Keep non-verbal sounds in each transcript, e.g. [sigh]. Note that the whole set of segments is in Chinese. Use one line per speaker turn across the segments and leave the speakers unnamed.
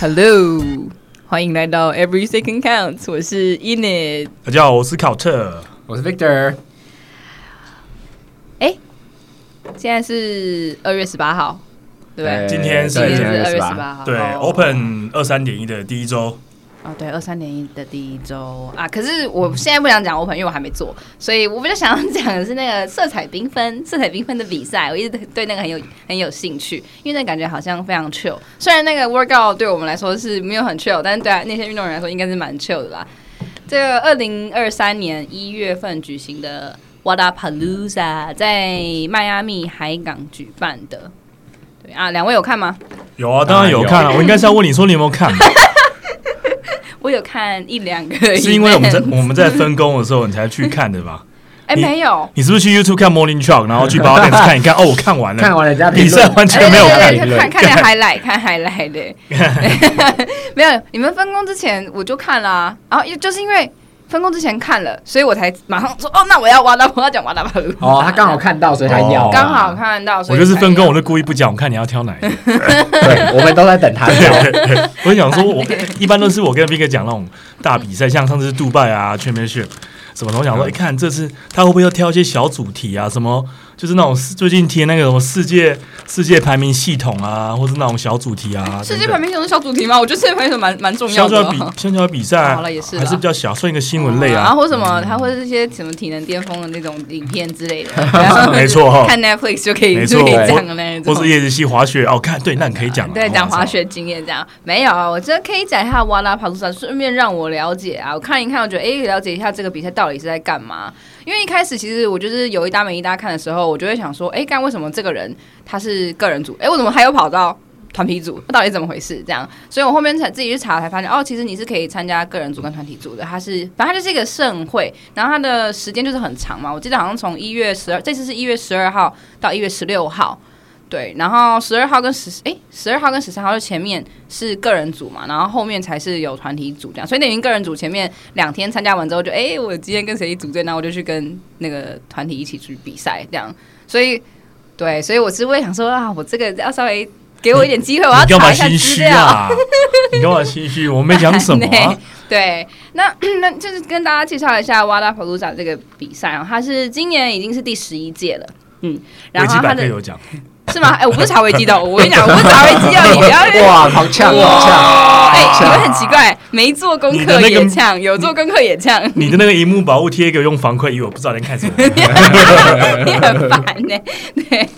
Hello，欢迎来到 Every Second Counts，我是 Init。
大家好，我是考特。
我是 Victor，
现在是二月十八号，对不
哎
哎对？
今天是
今天
今
是二月十
吧？
八号，
对、
哦
o p e n 二三点一的第一周，
哦，对，二三点一的第一周啊，可是我现在不想讲 Open，因为我还没做，所以我比较想要讲的是那个色彩缤纷、色彩缤纷的比赛，我一直对那个很有很有兴趣，因为那感觉好像非常 chill。虽然那个 workout 对我们来说是没有很 chill，但是对、啊、那些运动员来说应该是蛮 chill 的啦。这个二零二三年一月份举行的 Wadapalooza 在迈阿密海港举办的，对啊，两位有看吗？
有啊，当然有看啊。我应该是要问你说你有没有看，
[laughs] 我有看一两个 event，
是因为我们在我们在分工的时候你才去看的吧？
哎、
你
没有。
你是不是去 YouTube 看 Morning Chalk，然后去 b a l a n c 看一看？哦，我看完了，
看完人家
比赛完全没有
哎
看
对对
评
对
论
看看
[laughs]
看 highlight，看 highlight 的， [laughs] 没有。你们分工之前我就看啦、然后又就是因为分工之前看了，所以我才马上说哦，那我要挖到我要讲
[laughs]
挖到巴鲁。
哦，他刚好看到，所以他要
[laughs]
啊
哦刚好，看到，所
我
以
就是
才
分工，
要
我就故意不讲，我看你要挑哪一个。
对，我们都在等他
[laughs]
要。
我就想说我，一般都是我跟 Vick 讲那种大比赛，像上次杜拜啊 Championship 什么的，我想说，
嗯
你、看这次他会不会要挑一些小主题啊？什么就是那种最近贴那个什么世界世界排名系统啊，或者那种小主题啊。
[laughs] 世界排名系统是小主题吗？我觉得世界排名系统蛮蛮重要
相
的
较
哦、
比相较比赛
[laughs]
啊，
好了也是啦
还是比较小，算一个新闻类
然
啊。
后或什么，它会是一些什么体能巅峰的那种影片之
[laughs]
类的，
没错哈
看 Netflix 就可以
没
就
错
可以
对
这样的那种，
或是叶子系滑雪哦，看对，那你可以讲啊
对，
哦
讲滑雪经验这样。没有，啊我觉得可以讲一下瓦拉帕鲁萨，顺便让我了解啊，我看一看，我觉得哎、诶了解一下这个比赛到底是在干嘛。因为一开始其实我就是有一搭没一搭看的时候，我就会想说，哎、干为什么这个人他是个人组？哎、我怎么还有跑到？团体组到底怎么回事？这样，所以我后面才自己去查，才发现哦，其实你是可以参加个人组跟团体组的。它是，反正它就是一个盛会，然后它的时间就是很长嘛。我记得好像从一月十二，这次是一月十二号到一月十六号，对，然后十二号跟十哎十二号跟十三号就前面是个人组嘛，然后后面才是有团体组这样，所以等于个人组前面两天参加完之后就哎我今天跟谁组队，那我就去跟那个团体一起去比赛这样，所以对，所以我是会想说啊，我这个要稍微给我一点机会，我要
[laughs] 你干
查
嘛
一下
心
资
虚
料。 [laughs]
啊？你干嘛心虚？我没讲什么啊、
对，那那就是跟大家介绍一下 w a d a p a l o o z a 这个比赛啊，它是今年已经是第十一届了，嗯，然
维
后
基
它
百科
的
有讲，
是吗？哎、我不是查维基的，我跟你讲，我不是查维基的，你不要
[laughs] 哇，好呛，好
哇！
呛，
哎、
好
你们
呛！
很奇怪，没做功
你
课
的那个
也呛，有做功课也
[laughs]
呛，
你的那个荧幕保护贴给我用防窥仪，我不知道你在看什么。 [laughs]
你很烦呢、对，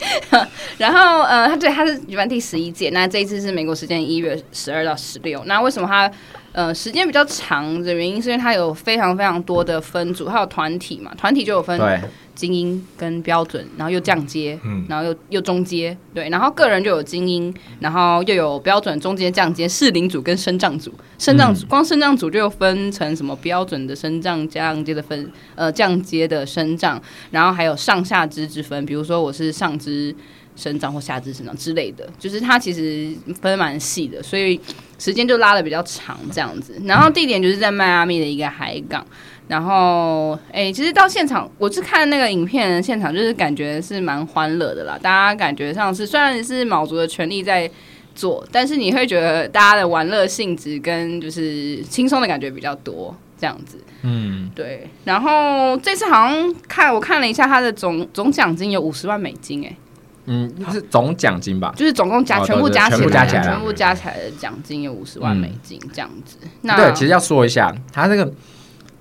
然后呃，他对他是举办第十一届，那这一次是美国时间一月十二到十六。那为什么他呃时间比较长的原因，是因为他有非常非常多的分组，还有团体嘛，团体就有分
对，
精英跟标准，然后又降阶，
嗯
然后又又中阶，对，然后个人就有精英，然后又有标准、中阶、降阶、适龄组跟升降组。升降组、光升降组就有分成什么标准的升降、降阶的分，呃，降阶的升降，然后还有上下肢之分，比如说我是上肢生长或下肢生长之类的，就是它其实分蛮细的，所以时间就拉的比较长这样子。然后地点就是在迈阿密的一个海港，然后哎、诶其实到现场我是看那个影片，现场就是感觉是蛮欢乐的啦，大家感觉上是虽然是卯足了全力在。做，但是你会觉得大家的玩乐性质跟就是轻松的感觉比较多，这样子。
嗯，
对，然后这次好像看我看了一下，它的总总奖金有五十万美金，哎，
嗯，是总奖金吧？
就是总共加、
哦
全部
对对
加起来，
全部加起来
全部加起来的奖金有五十万美金这样子。那
对，其实要说一下，他这个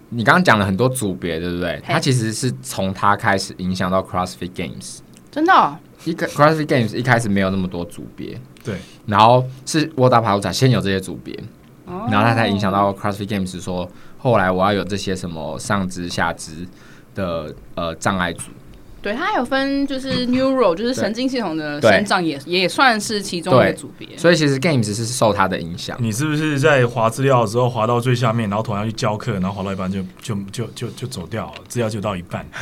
你刚刚讲了很多组别，对不对？
嘿
他其实是从他开始影响到 CrossFit Games。
真的哦、
一个 CrossFit Games 一开始没有那么多组别，
对，
然后是沃达爬乌塔先有这些组别，
哦
然后他才影响到 CrossFit Games 说，后来我要有这些什么上肢、下肢的呃障碍组。
对，它还有分就是 neural，就是神经系统的
对
生长也也算是其中一个
对
组别。
所以其实 Games 是受他的影响。
你是不是在划资料的时候划到最下面，然后突然要去教课，然后划到一半就就就就就走掉了，资料就到一半， [laughs]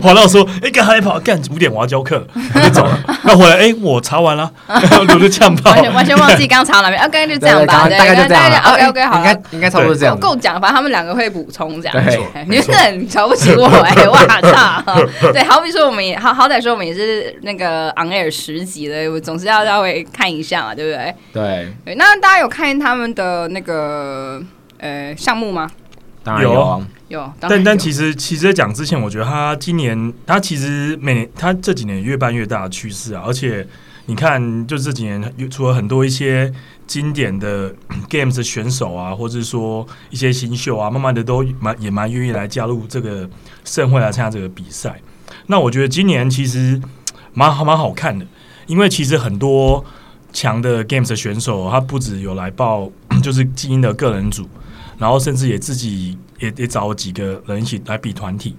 划到说，哎、干还跑，干五点我要教课，我就走了。那回来，哎、我查完了， [laughs] 我就呛爆
完。
[laughs]
全完全忘记刚查哪边，啊，刚才就这样吧，
对对刚刚大概就这样了。哦
OK OK 好
应
了，
该应该差不多是这样
够。够讲，反正他们两个会补充这样。
对
哎你真的很瞧不起我哎、我操！对，好比说我们也好好歹说我们也是那个 on air 十集的，我总是要稍微看一下嘛，对不对？
对，
对，那大家有看他们的那个呃项目吗？
当然
有
有啊，
有，当然
但但
有
其实其实，在讲之前，我觉得他今年他其实每年他这几年越办越大的趋势啊，而且你看，就这几年有除了很多一些经典的 [clears throat] games 的选手啊，或者说一些新秀啊，慢慢的都蛮也蛮愿意来加入这个盛会来参加这个比赛。那我觉得今年其实蛮好蛮好看的，因为其实很多强的 games 的选手，他不止有来报 [clears throat] 就是精英的个人组，然后甚至也自己也也找几个人一起来比团体，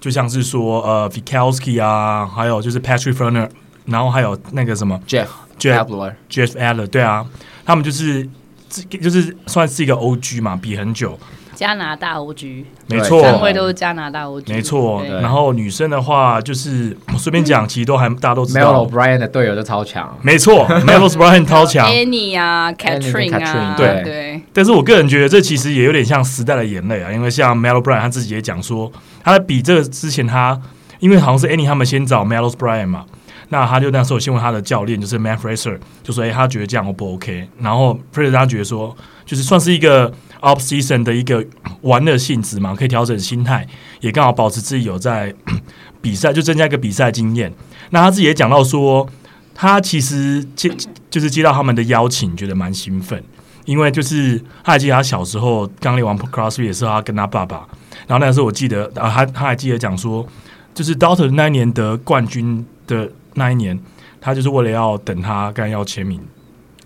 就像是说呃 v i k a l s k y 啊，还有就是 Patrick Ferner，然后还有那个什么
Jeff
Jeff
Tabler，
Jeff Adler，对啊，他们就是自就是算是一个 OG 嘛，比很久，
加拿大 OG，
没
对
错，
三位都是加拿大 OG，
没错。
对
然后女生的话，就是我随便讲，其实都还大家都知
m e l o
道，
Bryan 的队友都超强，
没错 m e l o s Bryan
[laughs]
超强。
Annie 啊
Annie 跟
，Catherine 啊，
Catherine，
对
对，
但是我个人觉得这其实也有点像时代的眼泪啊，因为像 Melo Bryan 他自己也讲说，他在比这个之前他，因为好像是 Annie 他们先找 Melo Bryan 嘛，那他就那时候先问他的教练就是 Matt Fraser，就说哎、他觉得这样 O 不 OK？然后 Fraser 他觉得说，就是算是一个 off season 的一个玩乐性质嘛，可以调整心态，也刚好保持自己有在 [coughs] 比赛，就增加一个比赛经验。那他自己也讲到说，他其实接就是接到他们的邀请，觉得蛮兴奋。因为就是他还记得他小时候刚练完 CrossFit 的时候，他跟他爸爸，然后那时候我记得啊，他他还记得讲说，就是 Daughter 那一年得冠军的那一年，他就是为了要等他刚要签名，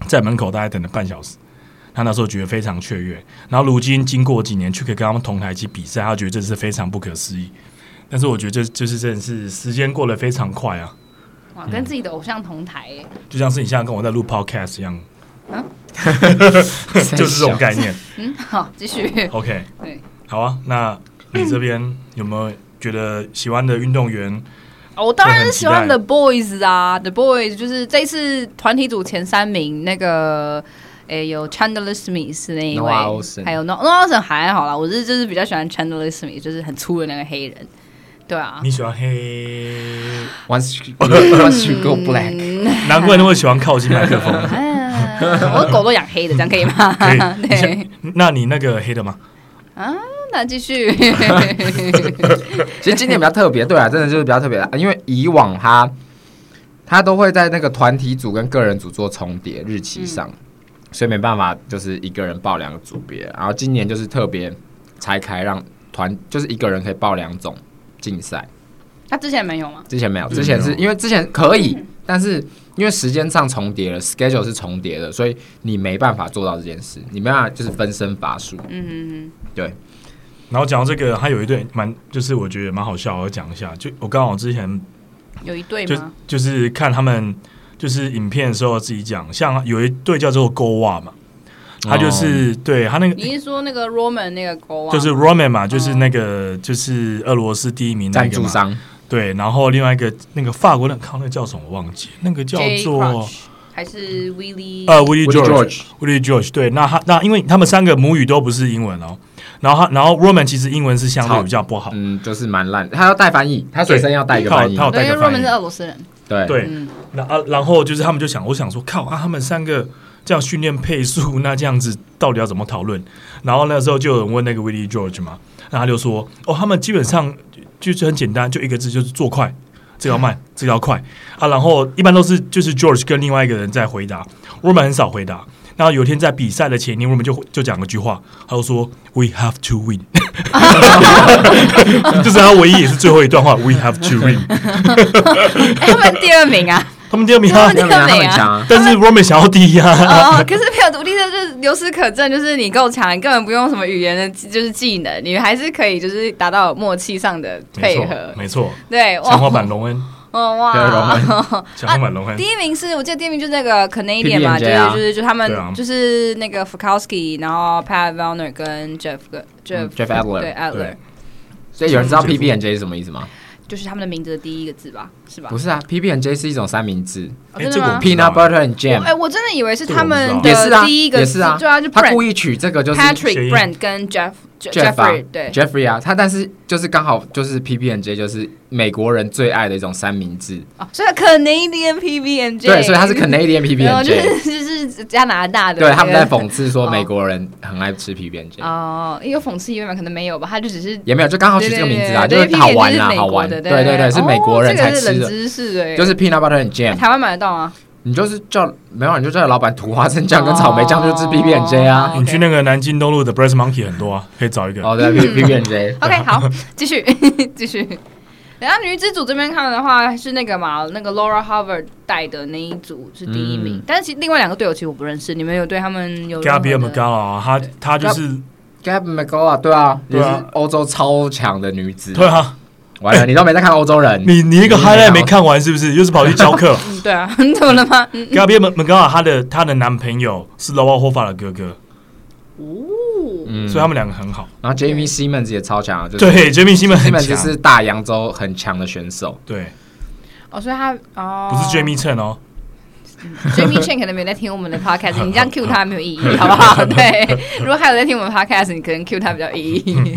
在门口大概等了半小时，他那时候觉得非常雀跃。然后如今经过几年，却可以跟他们同台一起比赛，他觉得这是非常不可思议。但是我觉得这就是真的是时间过得非常快啊，
哇，跟自己的偶像同台 [laughs] 耶，
就像是你现在跟我在录 Podcast 一样，
就
[laughs] 就是这种概念。
嗯，好，继续，
OK，
对，
好啊。那你这边有没有觉得喜欢的运动员？
哦我当然是喜欢
就
The Boys 啊，The Boys 就是这一次团体组前三名那个。诶，有 Chandler Smith 那一位
Noah Olsen
还有 No No Olsen 还好啦，我是就是比较喜欢 Chandler Smith，就是很粗的那个黑人，对
[laughs]
啊，
你喜欢黑？
Once you- once you go black，
难怪那么喜欢靠近麦
[laughs]
克风。
哎我的狗都养黑的，这样可以吗？ [laughs]
可以，你
对
想，那你那个黑的吗？
那继续， [laughs]
其实今年比较特别，对啊，真的就是比较特别，因为以往他他都会在那个团体组跟个人组做重叠日期上，所以没办法就是一个人报两个组别，然后今年就是特别拆开让团就是一个人可以报两种竞赛。
他之前没有吗？
之前没有，
嗯
之前是
没有
因为之前可以，但是因为时间上重叠了，schedule 是重叠的，所以你没办法做到这件事，你没办法就是分身乏术。
嗯
然后讲到这个，他有一对蛮，就是我觉得蛮好笑，我讲一下。就我刚好之前
哼哼，有一对
就
吗？
就是看他们就是影片的时候自己讲，像有一对叫做 Goa 嘛，
哦
他就是、对他那个
你是说那个 Roman 那个狗啊？嗯
就是 Roman 嘛，就是那个、就是俄罗斯第一名那
赞
个
助
嘛，
商
对，然后另外一个那个法国那靠那个叫什么我忘记，那个叫
J.
做
Crutch，还是 Willie？
呃 Willie
Willie
George Willie George 对，那他那因为他们三个母语都不是英文哦，然后他然后 Roman 其实英文是相对
超
比较不好，
嗯，就是蛮烂，他要带翻译，他随身要带一个翻译
他，有
对，
带
因为
个翻
Roman
译
是，俄罗斯人。
对
对， [laughs]
嗯，
那啊然后就是他们就想，我想说靠啊，他们三个这样训练配速，那这样子到底要怎么讨论？然后那时候就有人问那个 Willie George 嘛，那他就说哦，他们基本上就是很简单，就一个字就是做快，这个要慢，这个要快啊。然后一般都是就是 George 跟另外一个人在回答，Roman 很少回答。然后有一天在比赛的前一天，Roman 就就讲了句话，他就说 “We have to win”，就是他唯一也是最后一段话 “We have to win”。
哎他们第二名
[laughs]
啊，
他们第二
[laughs]
名
他
啊
们，第
他
二
们他
名
们很强啊，
但是 Roman 想要第一啊。
哦，可是没有独立的，就是由此可证，就是你够强，你根本不用什么语言的，就是技能，你还是可以就是达到默契上的
没
配
错，
合。
没错，
对，
强化
哇，
版龙恩，
哦
对
哇，
Roman
强化版龙
[laughs]
恩
第，一名是我记得第一名就是那个 Canadian 嘛，就
PB&J 啊
是就是就他们
对啊
就是那个 Fukowski，然后 Pat Valner 跟 Jeff 跟 Jeff
嗯 Jeff
对
Adler，
Adler，
对
所以有人知道 PB&J 是什么意思吗？
就是他们的名字的第一个字吧？是吧
不？是啊，PB and J 是一种三明治
哦
哎
真
这
的
个我
吗
不？知道
，Peanut Butter and
我哎，
Jam
我真的以为是
这
他
我不知
们
道
也是啊
的第一个
也是啊
对啊，就
他
Brand
故意取这个就是
Patrick
谐音
Brand 跟 Jeff Je-
Jeff 啊
Jeffrey 对
Jeffrey 啊，他但是就是刚好就是 PB and J 就是美国人最爱的一种三明治，
哦，所以他 Canadian PB and J
对，所以它
[laughs]
是 Canadian PB
然后
and
哦就
J，
是就是加拿大的那
对，
个，
他们在讽刺说
哦
美国人很爱吃 PB and J，
哦，有讽刺意味吗？可能没有吧，他就只是
也没有，就刚好取这个名字啊，
对对
就是好玩
对
啊，
PB&J 是美
好
国
玩，
的
对
对
对对，是
哦
美国人才
这
吃
个是冷
的，
知识哎，
就是 peanut butter and jam，
台湾买得到吗？
你就是叫没有，你就叫老板涂花生酱跟草莓酱，就是
哦
PB and J 啊，
OK
你去那个南京东路的 Breast Monkey 很多啊，可以找一个。
哦
嗯
对，PB and J，
[laughs] OK，好，继续 [laughs] 继续。然后女子组这边看的话是那个嘛，那个 Laura Harvard 带的那一组是第一名，
嗯
但是其实另外两个队友其实我不认识，你们有对他们有任
Gabriel
何
m c
的
g a l 啊，他他就是。
Gab m c g o w a 对啊，也
对
是
啊
欧洲超强的女子，
对啊，
完了，你都没在看欧洲人，
你你那个
你没看
highlight 没
到
看完是不是？又是跑去教
[laughs]
课。
嗯，对啊，你怎么了吗？嗯
Gabriel m c g a l 她啊的她的男朋友是 l o w a h o f a 的哥哥，
哦，
嗯，
所以他们两个很好。
然后 Jamie Simmons 也超强啊，就是
对，Jamie Simon 很
，Simmons
强
是。大洋洲很强的选手，
对，
哦，所以他哦，
不是 Jamie Chen 哦。
Jamie Chen 可能没有在听我们的 podcast，你这样 Q 他没有意义，好不好？ [laughs] 对，如果还有在听我们 podcast，你可能 Q 他比较有意义。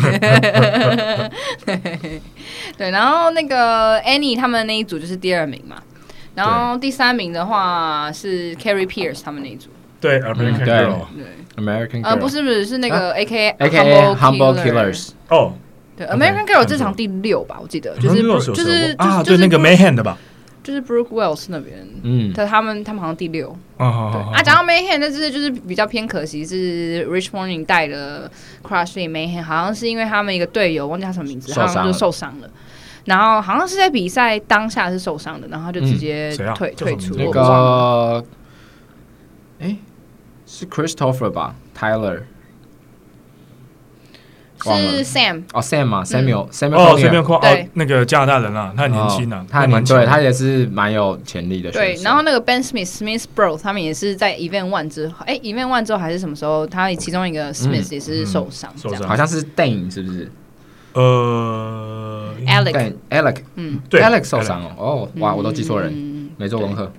对， [laughs] 然后那个 Annie 他们那一组就是第二名嘛，然后第三名的话是 Carrie Pierce 他们那一组，
对，American
Mm，对
Girl。
对，
，American
呃，不
Girl，
是不是是那个 A K
A K A Humble
Killers，
Killers，
哦，
对
OK，
American Girl 这场第六吧，我记得就是
American Girl
就是
有
就
谁
是
我啊，
就
对，
是
那个 Mayhem 的吧。
就是 Brooke Wells 那边，
嗯，
他他们他们好像第六。
嗯，好
哦
好好。
啊，讲到 Mayhem，那就是就是比较偏可惜，是 Rich Morning 带的 CrossFit Mayhem，好像是因为他们一个队友忘记他什么名字，
受
好
伤
像就
了
受伤了。然后好像是在比赛当下是受伤的，然后他就直接
嗯谁啊
退、
叫什
退
么
出。
名
那
字
我忘了
个，哎，是 Christopher 吧？Tyler 忘
是
了
Sam，
哦，Sam
嗯
嘛，Samuel
哦，
Samuel
随便
Connor
夸哦
对，
那个加拿大人啊，他很年轻啊
哦，他
蛮
很
强
对
的
他也是蛮有潜力的
对
选，手。
然后那个 Ben Smith Smith Bro 他们也是在 Event One 之后，哎，Event One 之后还是什么时候，他其中一
嗯
个 Smith 也是受伤，这
受
样
伤
好像是 Dane 是不是
呃，
Alex，
？Dane Alex
嗯，
对
Alex 受伤哦，哦，哎哇，我都记错人，
嗯
没做功课。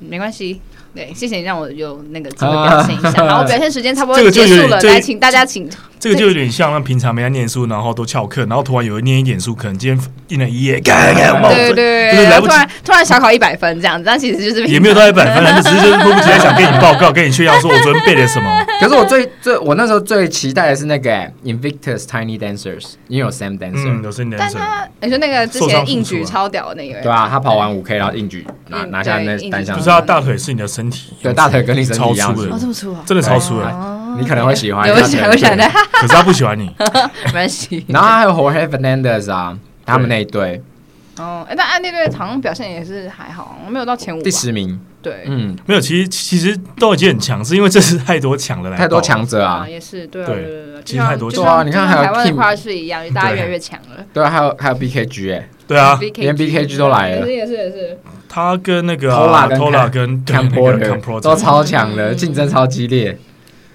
没关系，对，谢谢你让我有那个机会
啊
表现一
[laughs]
下。然后表现时间差不
这
多
个就
结
有
束
点
了，
这
来，请大家请
这个就有点像那平常没在念书，然后都翘课，然后突然有人念一点书，可能今天念了一页，干干
[laughs]
冒
对对对，
就是
然
来
后
不
突
及，
然突然小考一百分这样子，但其实就是
也没有到一百
[laughs]
分，他们只是就是迫不及待想跟你报告，跟你炫耀说我昨天背了什么。
可是我最最我那时候最期待的是那个哎 Invictus Tiny Dancers，因为有 Sam
嗯，
Dancer，
有声
但
男生，
他你说那个之
受伤
前
复
硬
出
举
啊
超屌的那个人，
对啊，他跑完五 K 然后硬举拿
嗯
拿下那
对
单项
硬
就是
举，
他大腿是你的身体，
对大腿跟你身体
超
一样
粗
哦，
粗
的，
这么粗啊，
真的超粗的，
哦，
你可能会喜欢。
有想有想的，
可是他不喜欢你，
[laughs] 没关系。
然后还有 Jorge Fernandez 啊，他们那一队
哦，哎，但安利队好像表现也是还好，没有到前五吧，
第十名，
对
嗯，
没有，其实其实都已经很强，是因为这是太多强的来，
太多，强者
啊，
啊，
也是对啊
对
对对对，
其实太多
就
对啊
像
你
就
看
像
还有
台湾的
Kim-
跨是一样，就大家越来越强了。
对啊，还有还有 BKG 哎
对啊，
连 BKG 都来了
也是也是也是。
他跟那个啊
Tola 跟
Tola 跟
c a m p
对
o
那
r t
个
e
Camporter
都超强
嗯
的，竞争超激烈，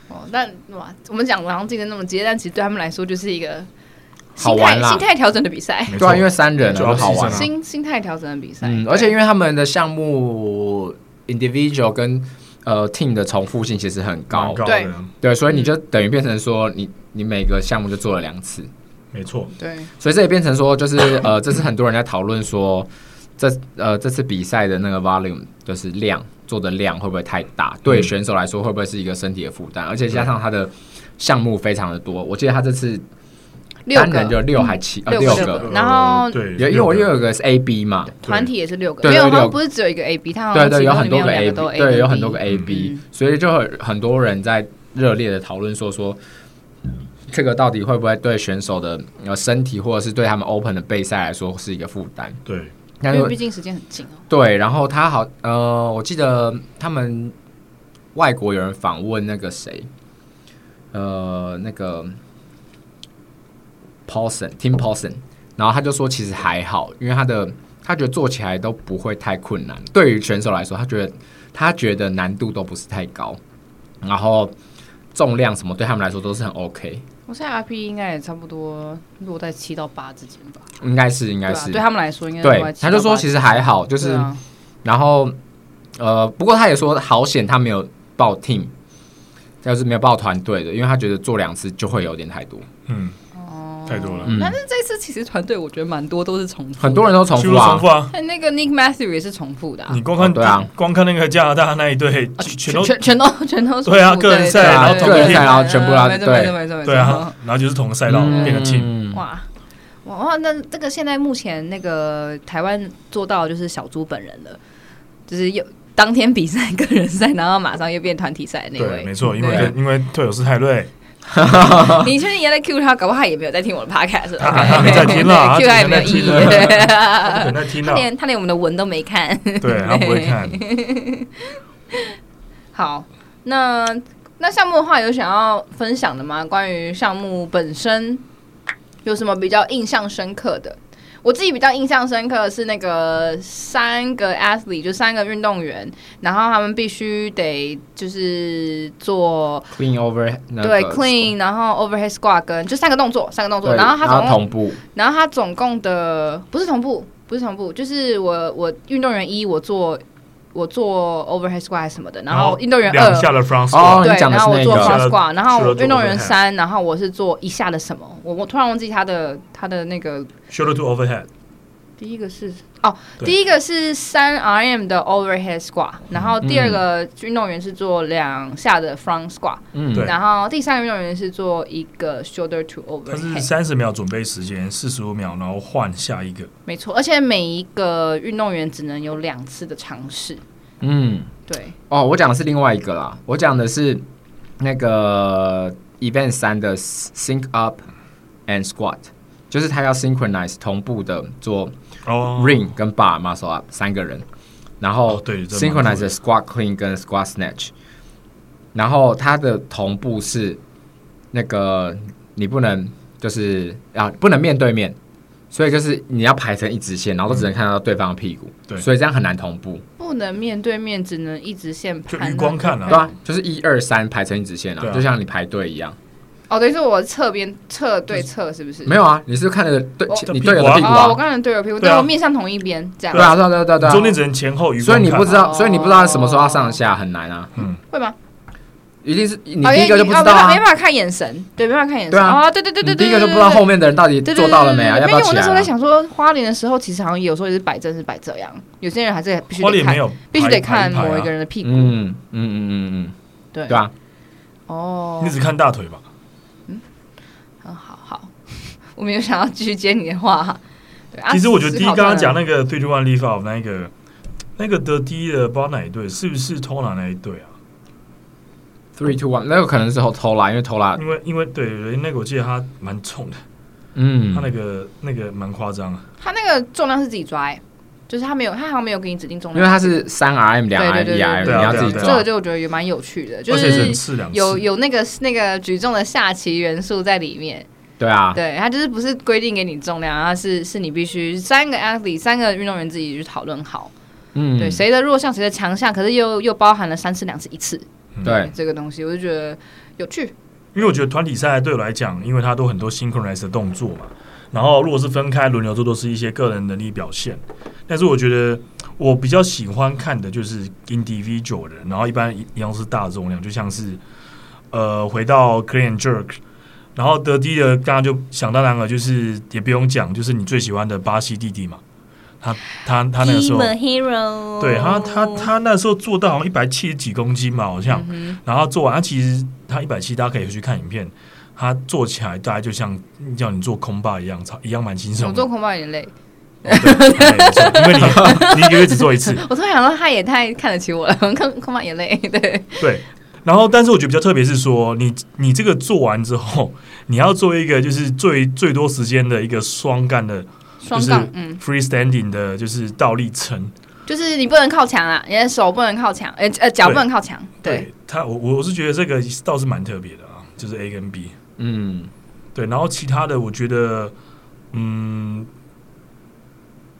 哦，但哇，我们讲好像竞争那么激烈，但其实对他们来说就是一个
好
心
玩
态
啦
心。态调整的比赛，
没错
对啊，因为三人啊
就要
都好玩
牺牲
啊
啊，
心心态调整的比赛。
嗯，
对
而且因为他们的项目 individual 跟呃 team 的重复性其实很
蛮
高，
高
对
的，
对，所以你就等于变成说你你每个项目就做了两次，
没错，
对，
所以这也变成说，就是
[coughs]
呃，这次很多人在讨论说，这呃这次比赛的那个 volume 就是量做的量会不会太大？
嗯
对选手来说会不会是一个身体的负担？而且加上他的项目非常的多，我记得他这次
六
单人
个嗯
就六还七呃
六
六
个
个，
然后
呃对，
有因为我
六
又
个
有个是 A B 嘛，
团体也是六个，
对
没有好
对
像
六个
不是只有一个 A B，他好
对
像
对，有
哦其中
很
里面
多个
两
A
都
B，
A，
对，有很多个 A
嗯
B，
嗯
所以就很很多人在热烈的讨论说说。这个到底会不会对选手的呃身体，或者是对他们 open 的备赛来说是一个负担？
对，
但
因
是
为毕竟时间很近哦。
对，然后他好，呃，我记得他们外国有人访问那个谁，呃，那个 Paulson Tim Paulson，然后他就说其实还好，因为他的他觉得做起来都不会太困难，对于选手来说，他觉得他觉得难度都不是太高，然后重量什么对他们来说都是很 OK，
我现在 RP 应该也差不多落在七到八之间吧，
应该是应该
对啊
是
对他们来说应该落在
对，
7
他就
到
说
8
其实还好，就
对
是、
啊
然后呃，不过他也说好险他没有报 team，要是没有报团队的，因为他觉得做两次就会有点太多，
嗯，
哦
太多了，
嗯
但是这次其实团队我觉得蛮多都是重复的，
很多人都重
几
复
乎
啊
重，复啊。
哎，那个 Nick Matthew 也是重复的啊、
你光看
哦对啊
光看那个加拿大那一队，全都
全全都全都是
对啊
重复
个人赛
对
然后
对
同个人
对
赛
对
然后
对
全部
对
拉
没错
对
没错没错没错，
对啊，然后就是同个赛道变成 team，
嗯
哇。哇哇，那这个现在目前那个台湾做到的就是小猪本人了，就是又当天比赛 [laughs] 个人赛，然后马上又变团体赛的那
对，没
位。
错，因为
对
跟因为队友是泰瑞，
你确定你在 Q 他，搞不好他也没有在听我的 podcast，
他他没在听啦
[laughs] q 他
他
也没有
只
意义
是在听而已，
他
等在听到，
啊连他连我们的文都没看。 [laughs]
对他不会看。
好，那那项目的话，有想要分享的吗？关于项目本身有什么比较印象深刻的？我自己比较印象深刻的是那个三个 athlete，就三个运动员，然后他们必须得就是做
，clean over 那
对
个
clean，然后 overhead squat 跟就三个动作，三个动作，
对，
然后他总共
同步，
然后它总共的不是同步，不是同步，就是我我运动员一我做我做 overhead squat 还是什么的，然后运动员
两
二
下的 front
哦
squat，
对，
你讲的
然后我
是那
做
个
front squat，然后
除了
我
做
运动
overhead
员三，然后我是做一下的什么，我我突然忘记他的他的那个
shoulder to overhead，
第一个是哦，
对
第一个是三 RM 的 overhead squat，然后第
嗯
二个运动员是做两下的 front squat，、
嗯，
对
然后第三个运动员是做一个 shoulder to
它是
overhead，
三十秒准备时间，四十五秒，然后换下一个。
没错，而且每一个运动员只能有两次的尝试。
嗯。
对，
哦，我讲的是另外一个啦，我讲的是那个 event 三的 sync up and squat，就是他要 synchronize 同步的做
哦
ring 跟 bar muscle up 三个人，然后
哦对这蛮酷的
synchronize squat clean 跟 squat snatch，然后它的同步是那个你不能就是啊不能面对面，所以就是你要排成一直线，然后都只能看到对方的屁股，
对
所以这样很难同步。
不能面对面，只能一直线
就
盘
余光
那个
看啊
对啊，就是一二三排成一直线
对
啊，
啊
就像你排队一样。
哦，等于是我侧边侧对侧是不是？
没有啊，你是看着对
哦
你队友的屁股
哦，我
啊。
刚才对友屁股，
对
对
啊
我面向同一边，这样
对啊，对啊，对啊对啊，对啊。
中间只能前后余光看。啊
所以你不知
哦
道，所以你不知道什么时候要上下，很难啊。
会吗？
一定是你
哦
第一个就不知道
因为你哦没办法
啊
没，办法看眼神，对，没办法看眼神。
对啊
哦，对对对对
你
对，
第一个就不知道后面的人到底
对。对对对
做到了没啊，
对
要
对对
不要
因为我
起
那
来
时候在
啊？
想说，花莲的时候其实好像有时候也是摆正是摆这样，有些人还是必须
花
得
脸
看
没，有排，
必须得看
排排啊
某一个人的屁股。
嗯嗯嗯嗯
对
嗯，对啊，
哦
你，只看大腿吧。
很好好，我没有想要继续接你的话。对啊
其实我觉得第一刚刚讲
思考
那个对 h r one leaf off 那一个，那个得第一的不知道哪一队，是不是偷拿那一队啊？
，three two one，那个可能是后偷啦，因为偷啦，
因为因为对对对，那个我记得他蛮重的，
嗯
他，那个那个蛮夸张啊。
他那个重量是自己抓、欸，就是他没有，他好像没有给你指定重
因为
量。
它是三 RM 两
对对
RM
对
一 RM，
对
你要自己
这
对啊
抓
个。就我觉得也蛮有趣的，就
而且
是
人次两次
有有那个那个举重的下棋元素在里面。
对啊，
对，他就是不是规定给你重量，他是是你必须三个 athlete 三个运动员自己去讨论好，
嗯，
对谁的弱项谁的强项，可是又又包含了三次两次一次
对，
这个东西，我就觉得有趣。
嗯因为我觉得团体赛对我来讲，因为它都很多 synchronized 的动作嘛，然后如果是分开轮流做，都是一些个人能力表现。但是我觉得我比较喜欢看的就是 individual 的，然后一般一一样是大重量，就像是呃回到 clean and jerk，然后得第一的刚刚就想当然了，就是也不用讲，就是你最喜欢的巴西弟弟嘛，他他他那个时候
hero，
对他，他他那时候做到好像一百七十几公斤嘛，好像，
嗯
然后做完，他其实他一百七，大家可以回去看影片，他做起来大概就像叫你做空霸一样，操一样蛮轻
我
松的。
做
哦
恐怕有点累，
对对没错因为你你一个月只做
[laughs]
一次，
我突然想到他也太看得起我了， [laughs] 恐恐怕也累，对。
对。然后，但是我觉得比较特别是说，你你这个做完之后，你要做一个就是最最多时间的一个双干的
双杠，
就是
嗯，
free standing 的，就是倒立撑。
就是你不能靠墙啊，你的手不能靠墙，呃呃，脚不能靠墙，对，
他，我我是觉得这个倒是蛮特别的啊，就是 A 跟 B。
嗯，
对，然后其他的我觉得，嗯，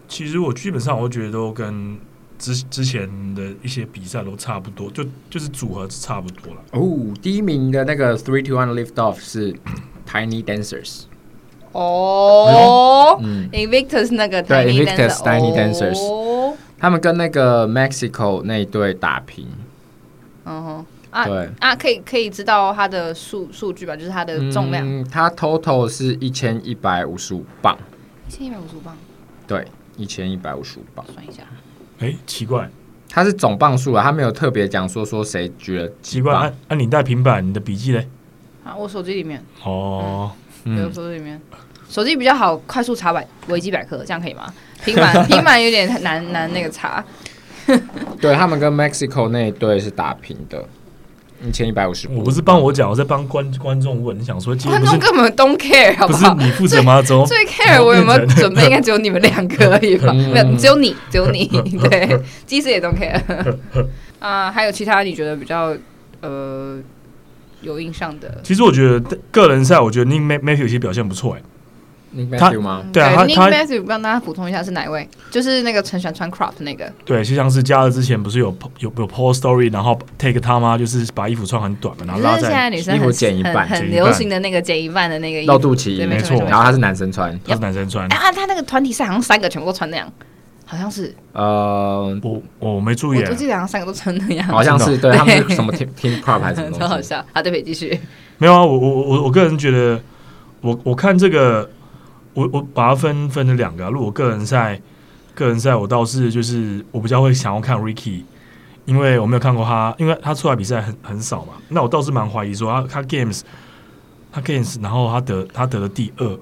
其实我基本上我觉得都跟之之前的一些比赛都差不多，就就是组合是差不多了。
哦，第一名的那个 Three to One Lift Off 是 Tiny Dancers，
哦
嗯，
，Invictus 那个
对
Tiny
Invictus
Dancer，
Tiny
哦
Dancers 他们跟那个 Mexico 那一队打平。
嗯哼，啊
对
啊，可以可以知道它的数数据吧，就是它的重量，
嗯，它 total 是一千一百五十五磅，
一千一百五十磅，
对，一千一百五十五磅，
算一下，
哎，奇怪，
它是总磅数啊，它没有特别讲说说谁举了
奇
几
怪，
磅
按，按你带平板，你的笔记嘞？
啊，我手机里面，我
哦，
嗯，
手机里面，手机比较好，快速查百维基百科，这样可以吗？平板平板有点难难那个查，
对他们跟 Mexico 那一队是打平的，一千一百五十五，
哦我不是帮我讲，我在帮观观众问。你想说，今
观
天不
众
是
根本 don't care 好
不
好
是？你负责吗？怎么
最 care 我有没有准备，应该只有你们两个而已吧？
嗯
没有，只有你，只有你。对，技师也 don't care。啊，还有其他你觉得比较呃有印象的？
其实我觉得个人赛，我觉得 Nick Ma- Matthew 其实表现不错哎、
你
他
Matthew 吗？
对啊他
嗯 Nick
他
Matthew 帮大家补充一下是哪一位？就是那个很喜欢穿 crop 那个。
对，就像是加了之前不是有 po- 有有 po story，然后 take 他妈就是把衣服穿很短嘛，然后拉
就是现在
在
女生
衣服
很
剪一半
很很
剪一半
流行的那个剪一半的那个衣
露
服。
肚脐
对，
没错没错
然后他是男生穿，
他是男生穿
哎。啊，他那个团体赛好像三个全部都穿那样，好像是
呃，
我我没注
我
意、
我
欸
记，得好像三个都穿那样， [laughs]
好像是对
对
他们是什么 team [laughs] team prop 还是
[laughs]
什么
超好
哦东西，
笑。好，对不起，继续。
没有啊，我我我我个人觉得，我我看这个，我我把它分分成两个、啊。如果个人赛，个人赛我倒是就是我比较会想要看 Ricky，因为我没有看过他，因为他出来比赛很很少嘛。那我倒是蛮怀疑说他他 Games，他 Games，然后他得他得了第二，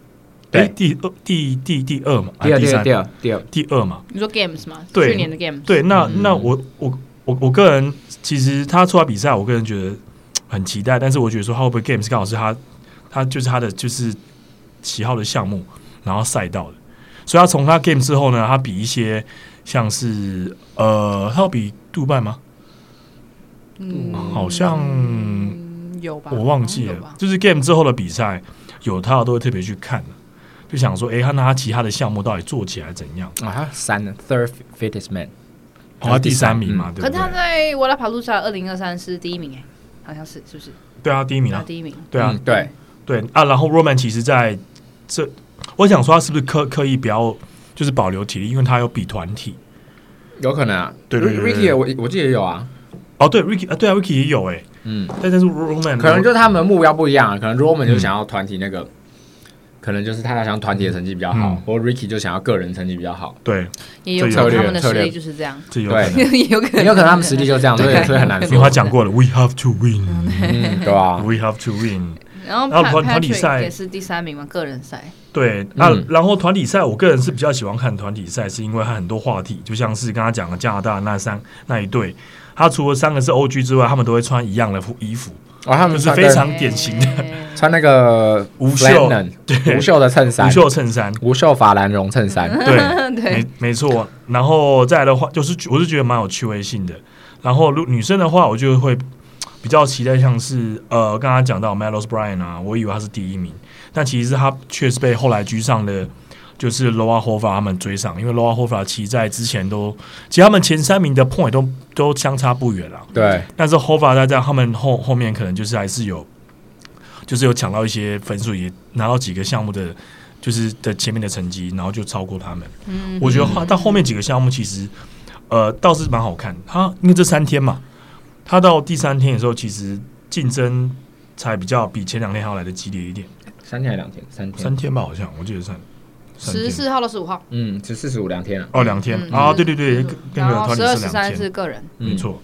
对
诶第二第第第二嘛，还
第
是
二第
三
二第二第二，
第二嘛。
你说 Games 吗？
对
去年的 Games。
对，那
嗯
那我我我我个人其实他出来比赛，我个人觉得嘖很期待，但是我觉得说他会不会 Games 刚好是他他就是他的就是喜好的项目，然后赛道的，所以他从他 Games 之后呢，他比一些像是呃，他要比杜拜吗？
嗯
好像
嗯有吧，
我忘记
好像有
了
吧，。
就是 Game 之后的比赛，有他都会特别去看的，就想说，诶，他那他其他的项目到底做起来怎样？
啊，他三呢，third fittest man，
哦，他第三名嘛，
可
对
是
不对
他？在瓦拉帕路萨二零二三是第一名哎，好像是是不是？
对啊，第一名
他
啊，
第一名，
对啊
嗯，对，
对啊，然后 Roman 其实在这，我想说他是不是刻刻意不要就是保留体力，因为他有比团体。
有可能啊，
对对对对
Ricky 也我我记得也有啊，
哦，对，Ricky 啊，对啊，Ricky 也有哎、
嗯，
但但是 Roman
可能就是他们的目标不一样啊，可能 Roman 就想要团体那个，可能就是他想团体的成绩比较好
嗯，
或 Ricky 就想要个人成绩比较好，
对，
也有可
策
能
略
他们的实
策略
力就是这样， [laughs]
这有可能，
也有可能，
也有可能他们实力就这样，所以
对
所以很难
因为他
说，
讲过了，We have to win，We
嗯，对吧？
have to
[laughs]
win。
然后
然后团
Pat-
团体赛
Patrick 也是第三名嘛，个人赛。
对，那、
嗯
然后团体赛，我个人是比较喜欢看团体赛，是因为它很多话题，就像是刚刚讲的加拿大那三那一队，他除了三个是 OG 之外，他们都会穿一样的服衣服，
哦，他
就
们
是
穿
非
那个
常典型的
哎
穿那个
无
flannel，
袖对
无袖的衬衫
无，嗯袖衬衫。
无袖法兰绒衬衫，
对，
对
没没错。然后再来的话，就是我是觉得蛮有趣味性的。然后如女生的话，我就会比较期待像是呃，刚刚讲到 Melos Bryan 啊，我以为他是第一名，但其实他确实被后来居上的。就是 Loa Hova 他们追上，因为 Loa Hova 其实在之前都，其实他们前三名的 point 都都相差不远啦。
对，
但是 Hova 在这样，他们后后面可能就是还是有，就是有抢到一些分数，也拿到几个项目的，就是的前面的成绩，然后就超过他们。
嗯
我觉得后到后面几个项目其实，呃，倒是蛮好看。他因为这三天嘛，他到第三天的时候，其实竞争才比较比前两天还要来的激烈一点。
三天还两天，三天
三，天吧，好像我记得三三
十
天
四号到十五号，
嗯，只四十五两天啊，
哦，两天、
嗯
啊，
嗯
对对对，跟跟
然
个
后
团
十二
体
十
是
三
两
是
天，
个人。
没错。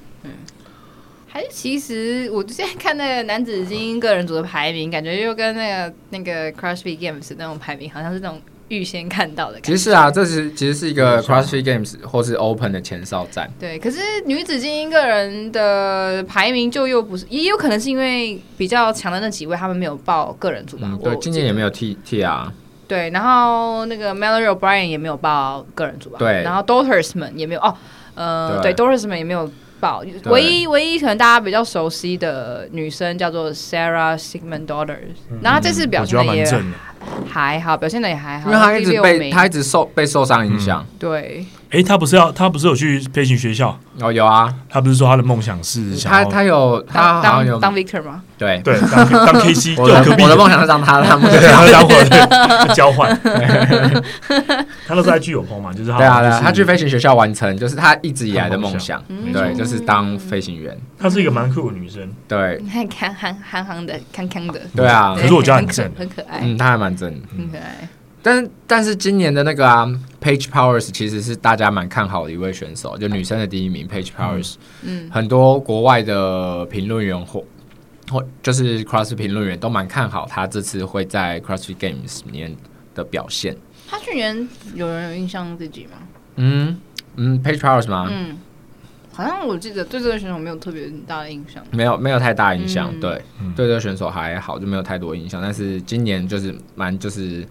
还是其实我现在看那个男子精英个人组的排名，感觉又跟那个那个 CrossFit Games 那种排名，好像是那种预先看到的感
其
觉。
实是啊，这是其实是一个 CrossFit Games 或是 Open 的前哨战。
对，可是女子精英个人的排名就又不是，也有可能是因为比较强的那几位他们没有报个人组吧。
嗯，
我
对，今年也没有 T T 啊，
对，然后那个 Mallory O'Brien 也没有报个人组吧？
对
然后 Daughters 们也没有哦，呃，
对
对，Daughters 们也没有报。唯一唯一可能大家比较熟悉的女生叫做 Sarah Sigmund Daughters，、然后她嗯
嗯
这次表
我觉
现的
得他蛮
也
正的，嗯
还好，表现的也还好，
因为他一
第
直
六
被
名
他一直受被受伤影响，
对，
哎、他不是要他不是有去飞行学校？
哦，有啊，
他不是说他的梦想是想
嗯他
要
他有他
当
好像有
当当 Victor [laughs] 吗？
对，
对当当 K C 就
我的
隔壁
我的梦想是让他让目前
[laughs] 对，他当伙交换，他都是在具有朋嘛，就是他
对啊，
就
对
是
啊，他去飞行学校完成，就是他一直以来的梦想，
嗯
对，就是当飞行员，
她是一个蛮酷的女生，
对，
你看憨憨憨憨的，康康的。
对啊
对，
可是我觉得很
可
正
很可爱，
嗯，他还蛮正的，
很可爱。
但是但是今年的那个啊，Page Powers 其实是大家蛮看好的一位选手，啊就女生的第一名 Page Powers，
嗯，
很多国外的评论员或或就是 CrossFit 评论员都蛮看好他这次会在 CrossFit Games 里面的表现，
他去年有人有印象自己吗？
嗯嗯，Page Powers 吗？
嗯，好像我记得对这个选手没有特别大的印象。
没有没有太大影响，
嗯
对
嗯
对这个选手还好，就没有太多影响。但是今年就是蛮就是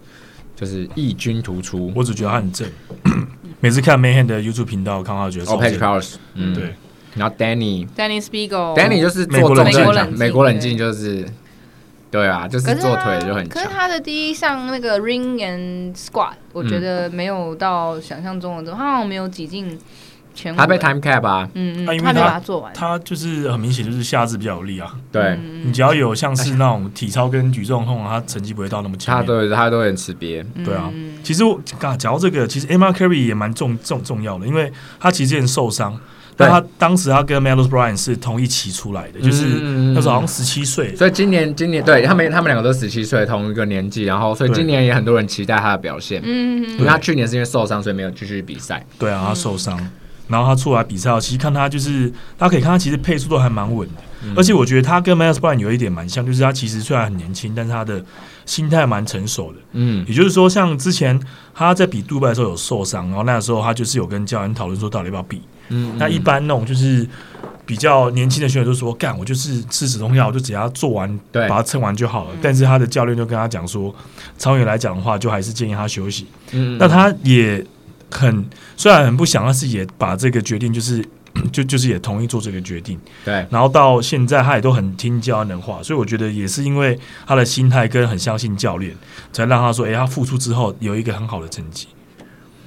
就是异军突出。
我只觉得她很正。 [clears throat] 每次看 Mayhem 的 YouTube 频道，看到觉得超
o p e c
正。
Powers，嗯，
对，
然后 Danny，Danny
Danny Spiegel。
就是
美国
做重
冷
正
静
常，美国冷静就是，对啊，就是
可是
做
他
腿就很
可
强
是。他的第一项那个 ring and squat，我觉得没有到想象中的这么，他好像没有挤进前五。
他被 time cap 啊，
嗯嗯，
啊因为
他没
他
把它做完。
她就是很明显就是下肢比较有力啊。
对，
嗯
你只要有像是那种体操跟举重控，她成绩不会到那么
他
强。
哎都有他都有点吃瘪，
嗯
对啊，其实我刚讲到这个，其实 Emma Carey 也蛮重重重要的，因为她其实之前受伤，
对
但她当时她跟 Melos Bryan 是同一期出来的，就是
嗯
那时候好像十七岁，
所以今年今年对他们他们两个都十七岁，同一个年纪，然后所以
对
今年也很多人期待他的表现。
嗯，嗯
因为他去年是因为受伤，所以没有继续比赛。
对啊，他受伤，然后他出来比赛后，其实看他就是，大家可以看他其实配速都还蛮稳的，
嗯
而且我觉得他跟 Miles Bryan 有一点蛮像，就是他其实虽然很年轻，但是他的心态蛮成熟的。
嗯，
也就是说，像之前他在比杜拜的时候有受伤，然后那时候他就是有跟教练讨论说到底要不要比。
嗯
那一般那种就是比较年轻的选手就说，干我就是吃止痛药，我就只要做完，
对嗯
把它撑完就好了。但是他的教练就跟他讲说，长远来讲的话，就还是建议他休息。
嗯
那他也很虽然很不想，但是也把这个决定就是 [clears throat] 就就是也同意做这个决定。
对，
然后到现在他也都很听教练的话，所以我觉得也是因为他的心态跟很相信教练，才让他说，诶，哎他付出之后有一个很好的成绩。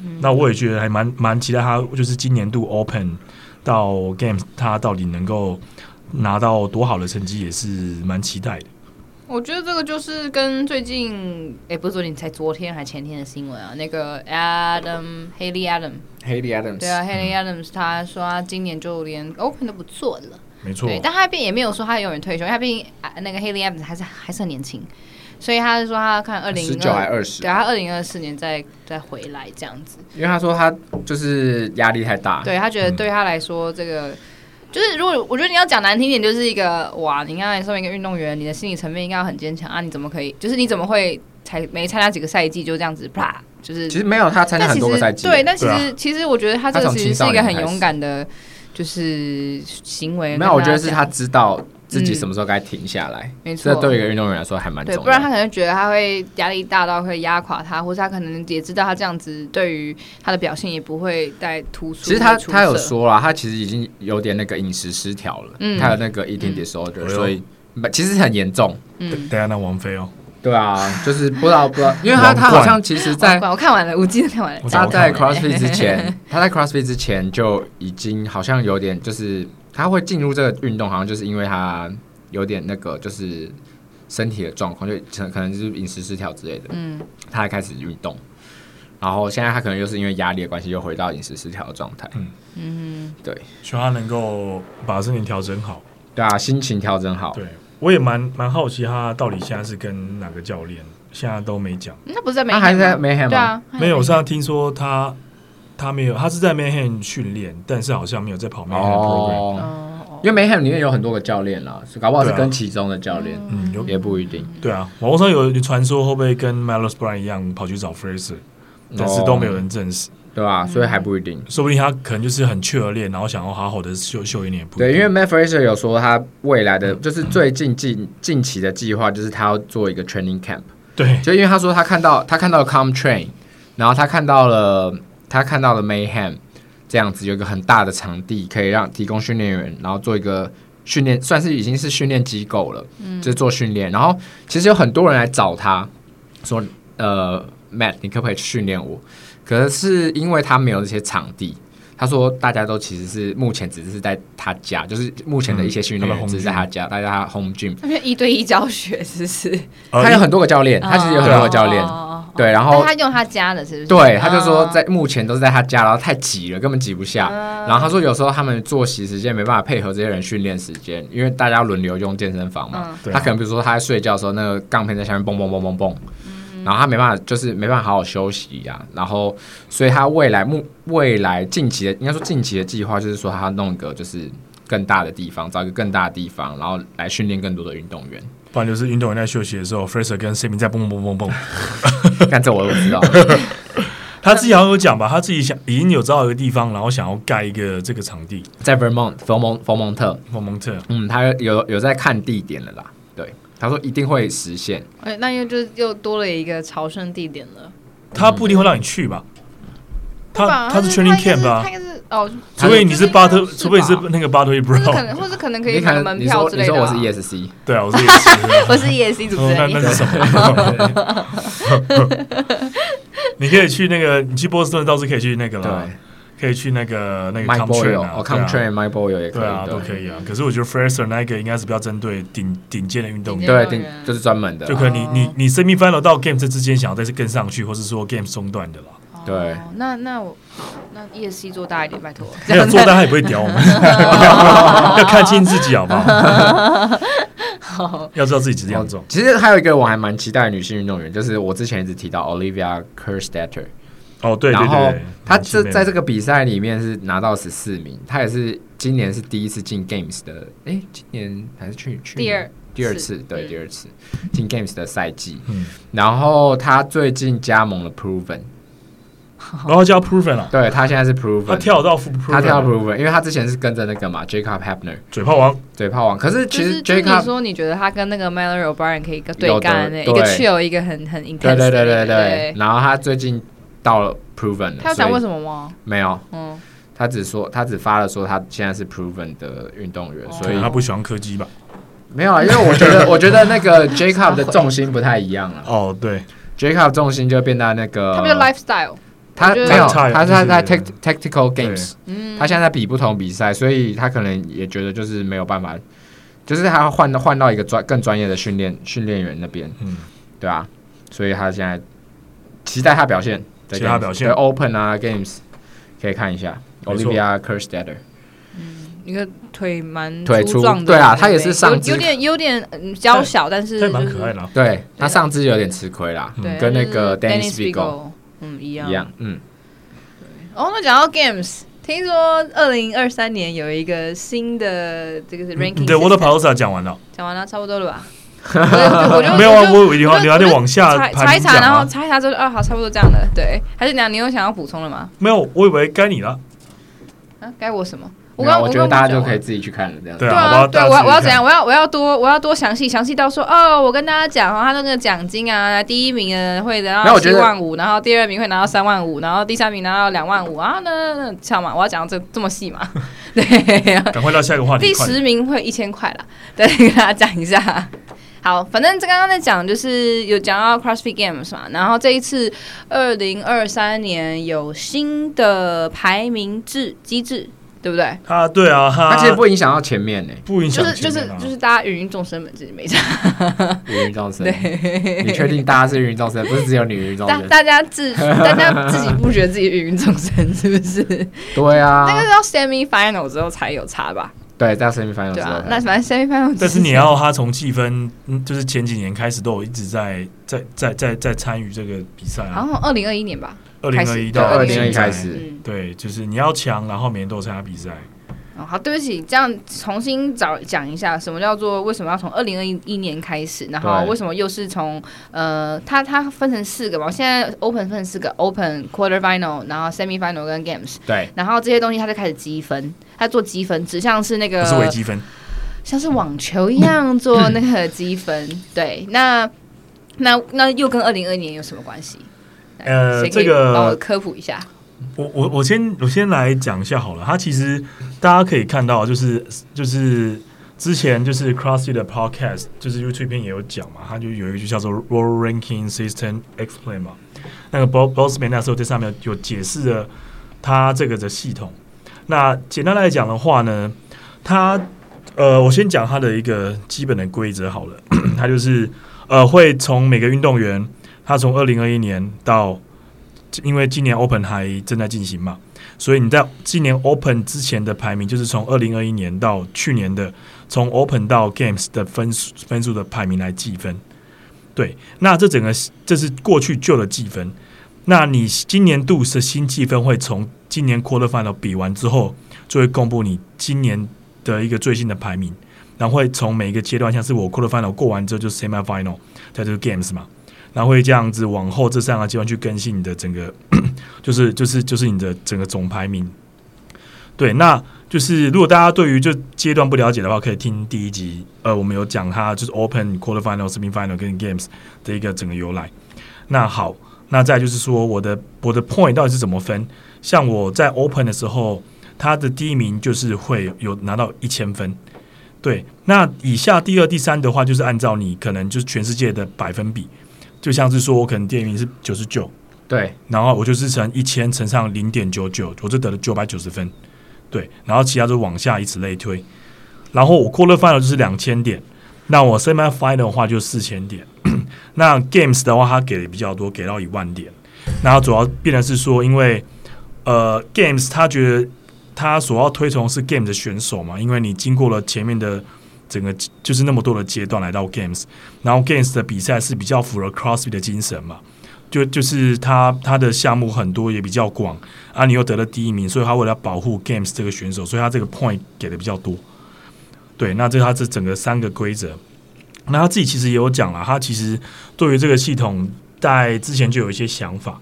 嗯
那我也觉得还蛮蛮期待他，就是今年度 Open 到 Games，他到底能够拿到多好的成绩，也是蛮期待的。
我觉得这个就是跟最近，哎，不是昨天，才昨天还前天的新闻啊，那个 Adam Haley Adam，
黑 a Adams，
对啊，Haley Adams，他说他今年就连 Open 都不做了。
没错，
对，但他并也没有说他永远退休，因为他毕竟啊那个 Haley Adams 还是还是很年轻，所以他是说他看二零
19还20
对他二零二四年再再回来这样子。
因为他说他就是压力太大，
对他觉得对他来说这个。就是如果我觉得你要讲难听点，就是一个哇，你看身为一个运动员，你的心理层面应该要很坚强啊！你怎么可以？就是你怎么会才没参加几个赛季就这样子啪？就是
其实没有他参加
但
很
其
多个
实
赛季，啊
对，但其实、
对
其实我觉得他这
他
个
从
其
青
实是
少
一个
年
很
开
勇
始
敢的，就是行为。
没有，我觉得
跟大家
是
讲
他知道自己什么时候该停下来，
没错
这对一个运动员来说还蛮重
对，
要，
不然他可能觉得他会压力大到会压垮他，或是他可能也知道他这样子对于他的表现也不会再突出。
其实他
出色
他有，说了，他其实已经有点那个饮食失调了，
嗯
他有那个 eating disorder，、
嗯
所以其实很严重。
嗯，
等一下那王菲哦，
对啊，就是不知道不知道，因为他
王冠
他好像其实在
[laughs] 我哦管我看完了，我记得看完了
我。
他在
我看
CrossFit 之前，他在 CrossFit 之前就已经好像有点就是他会进入这个运动，好像就是因为他有点那个就是身体的状况，就可可能就是饮食失调之类的，
嗯，
他才开始运动。然后现在他可能又是因为压力的关系，又回到饮食失调的状态。
嗯
嗯，
对
希望他能够把身体调整好。
对啊，心情调整好。
对，我也蛮蛮好奇他到底现在是跟哪个教练，现在都没讲。
那不是在美
他还是在
美
Mayhem
对
吗？
啊，
没有，我上次听说他他没有，他是在 Manhattan 训练，但是好像没有在跑 Manhattan program。
哦，
哦，
因为 Mayhem 里面有很多个教练啦，所以搞不好是
对啊
跟其中的教练，
嗯，有
也不一定。
对啊，网络上有有传说会不会跟 Melos Bryan 一样跑去找 Fraser，但是都没有人证实，
对吧、所以还不一定。
说不定他可能就是很怯而练，然后想要好好的秀秀一年也不一定。
对，因为 Matt Fraser 有说他未来的就是最近近近期的计划，就是他要做一个 training camp，
对
就因为他说他看到他看到了 Com Train，然后他看到了他看到了 Mayhem 这样子，有一个很大的场地可以让提供训练员，然后做一个训练，算是已经是训练机构了，就是做训练。然后其实有很多人来找他说，呃，Matt，你可不可以训练我？可是因为他没有这些场地，他说大家都其实是目前只是在他家，就是目前的一些训练
嗯他
员
们
只
home
是在他家，大家 home gym，
那边一对一教学是不是？
呃
他有很多个教练， [laughs] 他其实有很多个教练，
哦
对，然
但
后
他用他家的，是不是？
对，他就说
嗯
在目前都是在他家，然后太挤了，根本挤不下。
嗯
然后他说有时候他们作息时间没办法配合这些人训练时间，因为大家轮流用健身房嘛。
嗯
对啊
他可能比如说他在睡觉的时候，那个杠片在下面蹦蹦蹦蹦蹦，
嗯
然后他没办法，就是没办法好好休息呀、然后，所以他未来目未来近期的，应该说近期的计划就是说他弄一个就是更大的地方，找一个更大的地方，然后来训练更多的运动员。 [laughs]
不然就是运动员在休息的时候，Fraser 跟 Sammy 在蹦蹦蹦蹦蹦。
但这我我知道，
他自己好像有讲吧，他自己想已经有找到一个地方，然后想要盖一个这个场地，
在 Vermont 佛蒙佛蒙特，
蒙蒙特。
嗯，他有有在看地点了啦。对，他说一定会实现。
哎，那又就是又多了一个朝圣地点了。
他不一定会让你去吧？
不吧
他他
是
是 training camp
啊，
啊
他，应该是哦，
除非你是巴特，除非你是
不
那个巴特利
是可
Brown，
能，或是可能可以
你
买
看，
门
你
票
说
之
你
类的
说
啊。
我是 E ESC，
哦对啊，我是也 [laughs] 是。
我是 ESC 主持
哦那
人，
那是什么？ [laughs] 你可以去那个，你去波士顿倒是可以去那个了，
对
可以去那个那个
，My Boy
Comtrain
哦
啊
哦
对啊
，Comtrain My Boy 也可
对啊，
以，
都
对。
可以啊。可是我觉得 Fraser 那一个应该是比较针对顶顶尖的运动员，
对，
运动
定
员
就是专门的啦，
就可能你你你 semi final 到 game 这之间想要再是跟上去，或是说 game 中断的啦。
哦
对
那那我那 ESC 做大一点，拜托。
没有做到他也不会屌 [laughs] 我们，要看清自己好不好？ [laughs]
好，
要知道自己几两重。
哦其实还有一个我还蛮期待的女性运动员，就是我之前一直提到 Olivia Kerstetter，
哦，对对
然后
对，
她这在这
个
个比赛里面是拿到十四名，她也是今年是第一次进 Games 的，诶，今年还是去去
第二
年第二
次
次，对，
嗯
第二次进 Games 的赛季。
嗯
然后她最近加盟了 Proven，
然后叫 proven 啊，
对她现在是
他
Proven，
跳到 proven，
她跳 Proven，因为她之前是跟着那个嘛 Jacob Hebner
嘴炮王，
嘴炮王，可是其
就是
实
就是你
Jacob
说你觉得他跟那个 Mallory O'Brien 可以一个
有
对
的
干的，一
对
个 chill，一个很很 intense
对
的。
对对
对
对对，。然后他最近到了 Proven 了，
他有讲
所
为
以
什么吗？
没有？
嗯，
他只说他只发了说他现在是 Proven 的运动员，
哦
所
可
以
能他不喜欢柯基吧？
没有啊，因为我觉得我觉得那
[laughs]
个 Jacob 的重心不太一样了
哦，对，
，Jacob 重心就变到那个
他们就 lifestyle。
他
我觉得
没有，
Tactile，
他是他在
就是
tact- tactical games，
嗯，
他现在在比不同比赛，所以他可能也觉得就是没有办法，就是他要换到换到一个专更专业的训练训练员那边，
嗯，
对啊，所以他现在期待他表现，在
期待他
Games，
表现
对 Open 啊 Games 可以看一下
没错
，Olivia Kerstetter
一个腿蛮
腿粗
粗壮的，
对啊
不
他也是上
有
肢
有点有点嗯娇小，但是
他也蛮
就是
可爱的啊。
对他上肢有点吃亏啦，
嗯
对，
跟那个
嗯就是
Dennis
Dennis
Vigo
Vigo 嗯一样
一样，嗯，
哦，那讲到 Games，听说二零二三年有一个新的这个是 ranking，
嗯对，
system
我的 Palosa 讲完了，
讲完了，差不多了吧？我就我就
没有啊
我，就
我以为
我就
你要
我就
往下
查查
排
一
名
查，
讲
然后
啊，
查一查之后，啊，好，差不多这样的，对。还是讲你有想要补充的吗？
没有，我以为该你了。
啊，该我什么？我
没有
刚
我觉得
刚
大家
讲
就
完
可以自己去看了，这样
对
对
啊好不
啊，
好
对
大家
我要
自
我
己
要
看
怎样？我要我要多我要多详细，详细到说哦，我跟大家讲哦，他那个奖金啊，第一名呢会拿
没有
到
我觉
七
得
万五，然后第二名会拿到三万五，然后第三名拿到两万五啊，那那知道吗？我要讲到这这么细
[laughs]
嘛？对啊，
赶快到下一个话题。
第
快点
十名会一千块啦，对，跟大家讲一下。好，反正这刚刚在讲，就是有讲到 CrossFit Games 嘛，然后这一次二零二三年有新的排名制机制，对不对？
他对啊，他
它其实不影响到前面呢，
不影
就
响
是就
前
是
面啊，
就是大家芸芸众生们，自己没差。
女运动生，
对，
你确定大家是运动生，不是只有女运动
大
生？
大家
[laughs]
自大家自己不觉得自己芸芸众生，是不 [laughs] 是？
对啊
那，个到 semi final 之后才有差吧？
对，在 semi
对
final 之
啊
后，，
那反正 semi final
但
之
是
前
你要他从气氛，嗯就是前几年开始都有一直在在在在在参与这个比赛
好
啊。
像二零二一年吧，
二
开
零
始
二一
对
到
二
对
零
现
一
在
开，始，
嗯，
对，就是你要强，然后每年都有参加比赛。
哦好，对不起，这样重新找讲一下，什么叫做为什么要从二零二一年开始，然后
对
为什么又是从呃，它它分成四个嘛，现在 open 分成四个，open quarter final，然后 semi final 跟 games，
对，
然后这些东西它就开始积分，它做积分制，像是那个
呃
不是微积分，
像是网球一样做那个
[laughs]
积分。对，那那那又跟二零二年有什么关系？来
呃
谁可以
这个
帮我科普一下。
我我我先我先来讲一下好了，它其实大家可以看到，就是就是之前就是 CrossFit 的 Podcast，就是 YouTube 片也有讲嘛，它就有一句叫做 Roll Ranking System Explain 嘛，那个 Bro Brosman 那时候在上面有解释了他这个的系统。那简单来讲的话呢，它呃，我先讲它的一个基本的规则好了， [clears throat] 它就是呃，会从每个运动员，他从二零二一年到，因为今年 Open 还正在进行嘛，所以你在今年 Open 之前的排名，就是从二零二一年到去年的从 Open 到 Games 的分数分数的排名来计分。对，那这整个这是过去旧的计分，那你今年度是新计分会从今年 Quarter Final 比完之后，就会公布你今年的一个最新的排名，然后会从每一个阶段，像是我 Quarter Final 过完之后就是 Semi Final，再就是 Games 嘛，然后会这样子往后这三个阶段去更新你的整个，就是就是就是你的整个总排名。对，那就是如果大家对于这阶段不了解的话，可以听第一集，呃，我们有讲它就是 Open Quarter Final、Semi Final 跟 Games 的一个整个由来。那好，那再就是说我的我的 point 到底是怎么分？像我在 Open 的时候，他的第一名就是会有拿到一千分。对，那以下第二、第三的话，就是按照你可能就是全世界的百分比，就像是说我可能第一名是九十九，
对，
然后我就是乘一千乘上零点九九，我就得了九百九十分。对，然后其他就往下以此类推。然后我 quarter final 就是两千点，那我 semi final 的话就四千点。 [clears throat] 那 games 的话，它给的比较多，给到一万点。然后主要变的是说，因为呃 games 他觉得他所要推崇是 games 的选手嘛，因为你经过了前面的整个就是那么多的阶段来到 games，然后 games 的比赛是比较符合 crossfit 的精神嘛。就就是他他的项目很多也比较广啊，你又得了第一名，所以他为了保护 Games 这个选手，所以他这个 point 给的比较多。对，那这是他这整个三个规则。那他自己其实也有讲了，他其实对于这个系统在之前就有一些想法。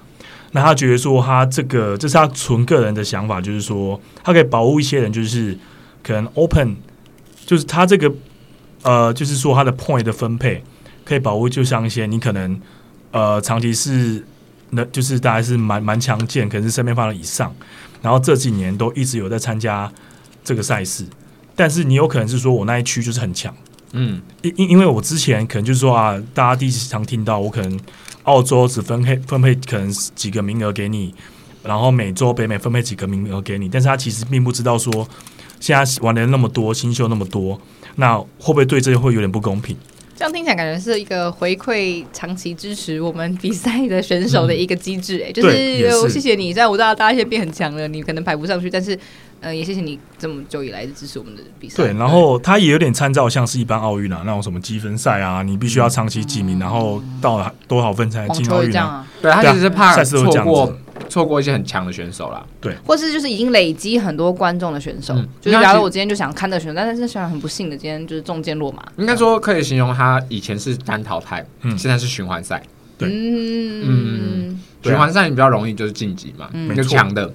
那他觉得说，他这个这是他纯个人的想法，就是说他可以保护一些人，就是可能 Open，就是他这个呃，就是说他的 point 的分配可以保护，就像一些你可能。呃，长期是那就是大概是蛮蛮强健，可能是身边发了以上，然后这几年都一直有在参加这个赛事，但是你有可能是说我那一区就是很强，
嗯，
因因因为我之前可能就是说啊，大家第一次常听到我可能澳洲只分配分配可能几个名额给你，然后美洲北美分配几个名额给你，但是他其实并不知道说现在玩的人那么多，新秀那么多，那会不会对这些会有点不公平？
这样听起来感觉是一个回馈长期支持我们比赛的选手的一个机
嗯
制、哎、就
对也
是
是
我谢谢你，在武大大家现在变很强了，你可能排不上去，但是呃，也谢谢你这么久以来支持我们的比赛。
对，然后他也有点参照像是一般奥运啊那种什么积分赛啊，你必须要长期几名，然后到多少分才
网
进
球
奥
也
运
这样
啊？
啊，
对他
对啊
其实是怕
赛事都
错
这样
过
子
错过一些很强的选手啦。
或是就是已经累积很多观众的选手，
嗯
就是
那
假
其
如
实
我今天就想看这个选手，但是这选手很不幸的今天就是中箭落马，
应该说可以形容他以前是单淘汰，
嗯
现在是循环赛。
对
嗯，
对啊
循环赛你比较容易就是晋级嘛，
嗯
你就
没错
强的，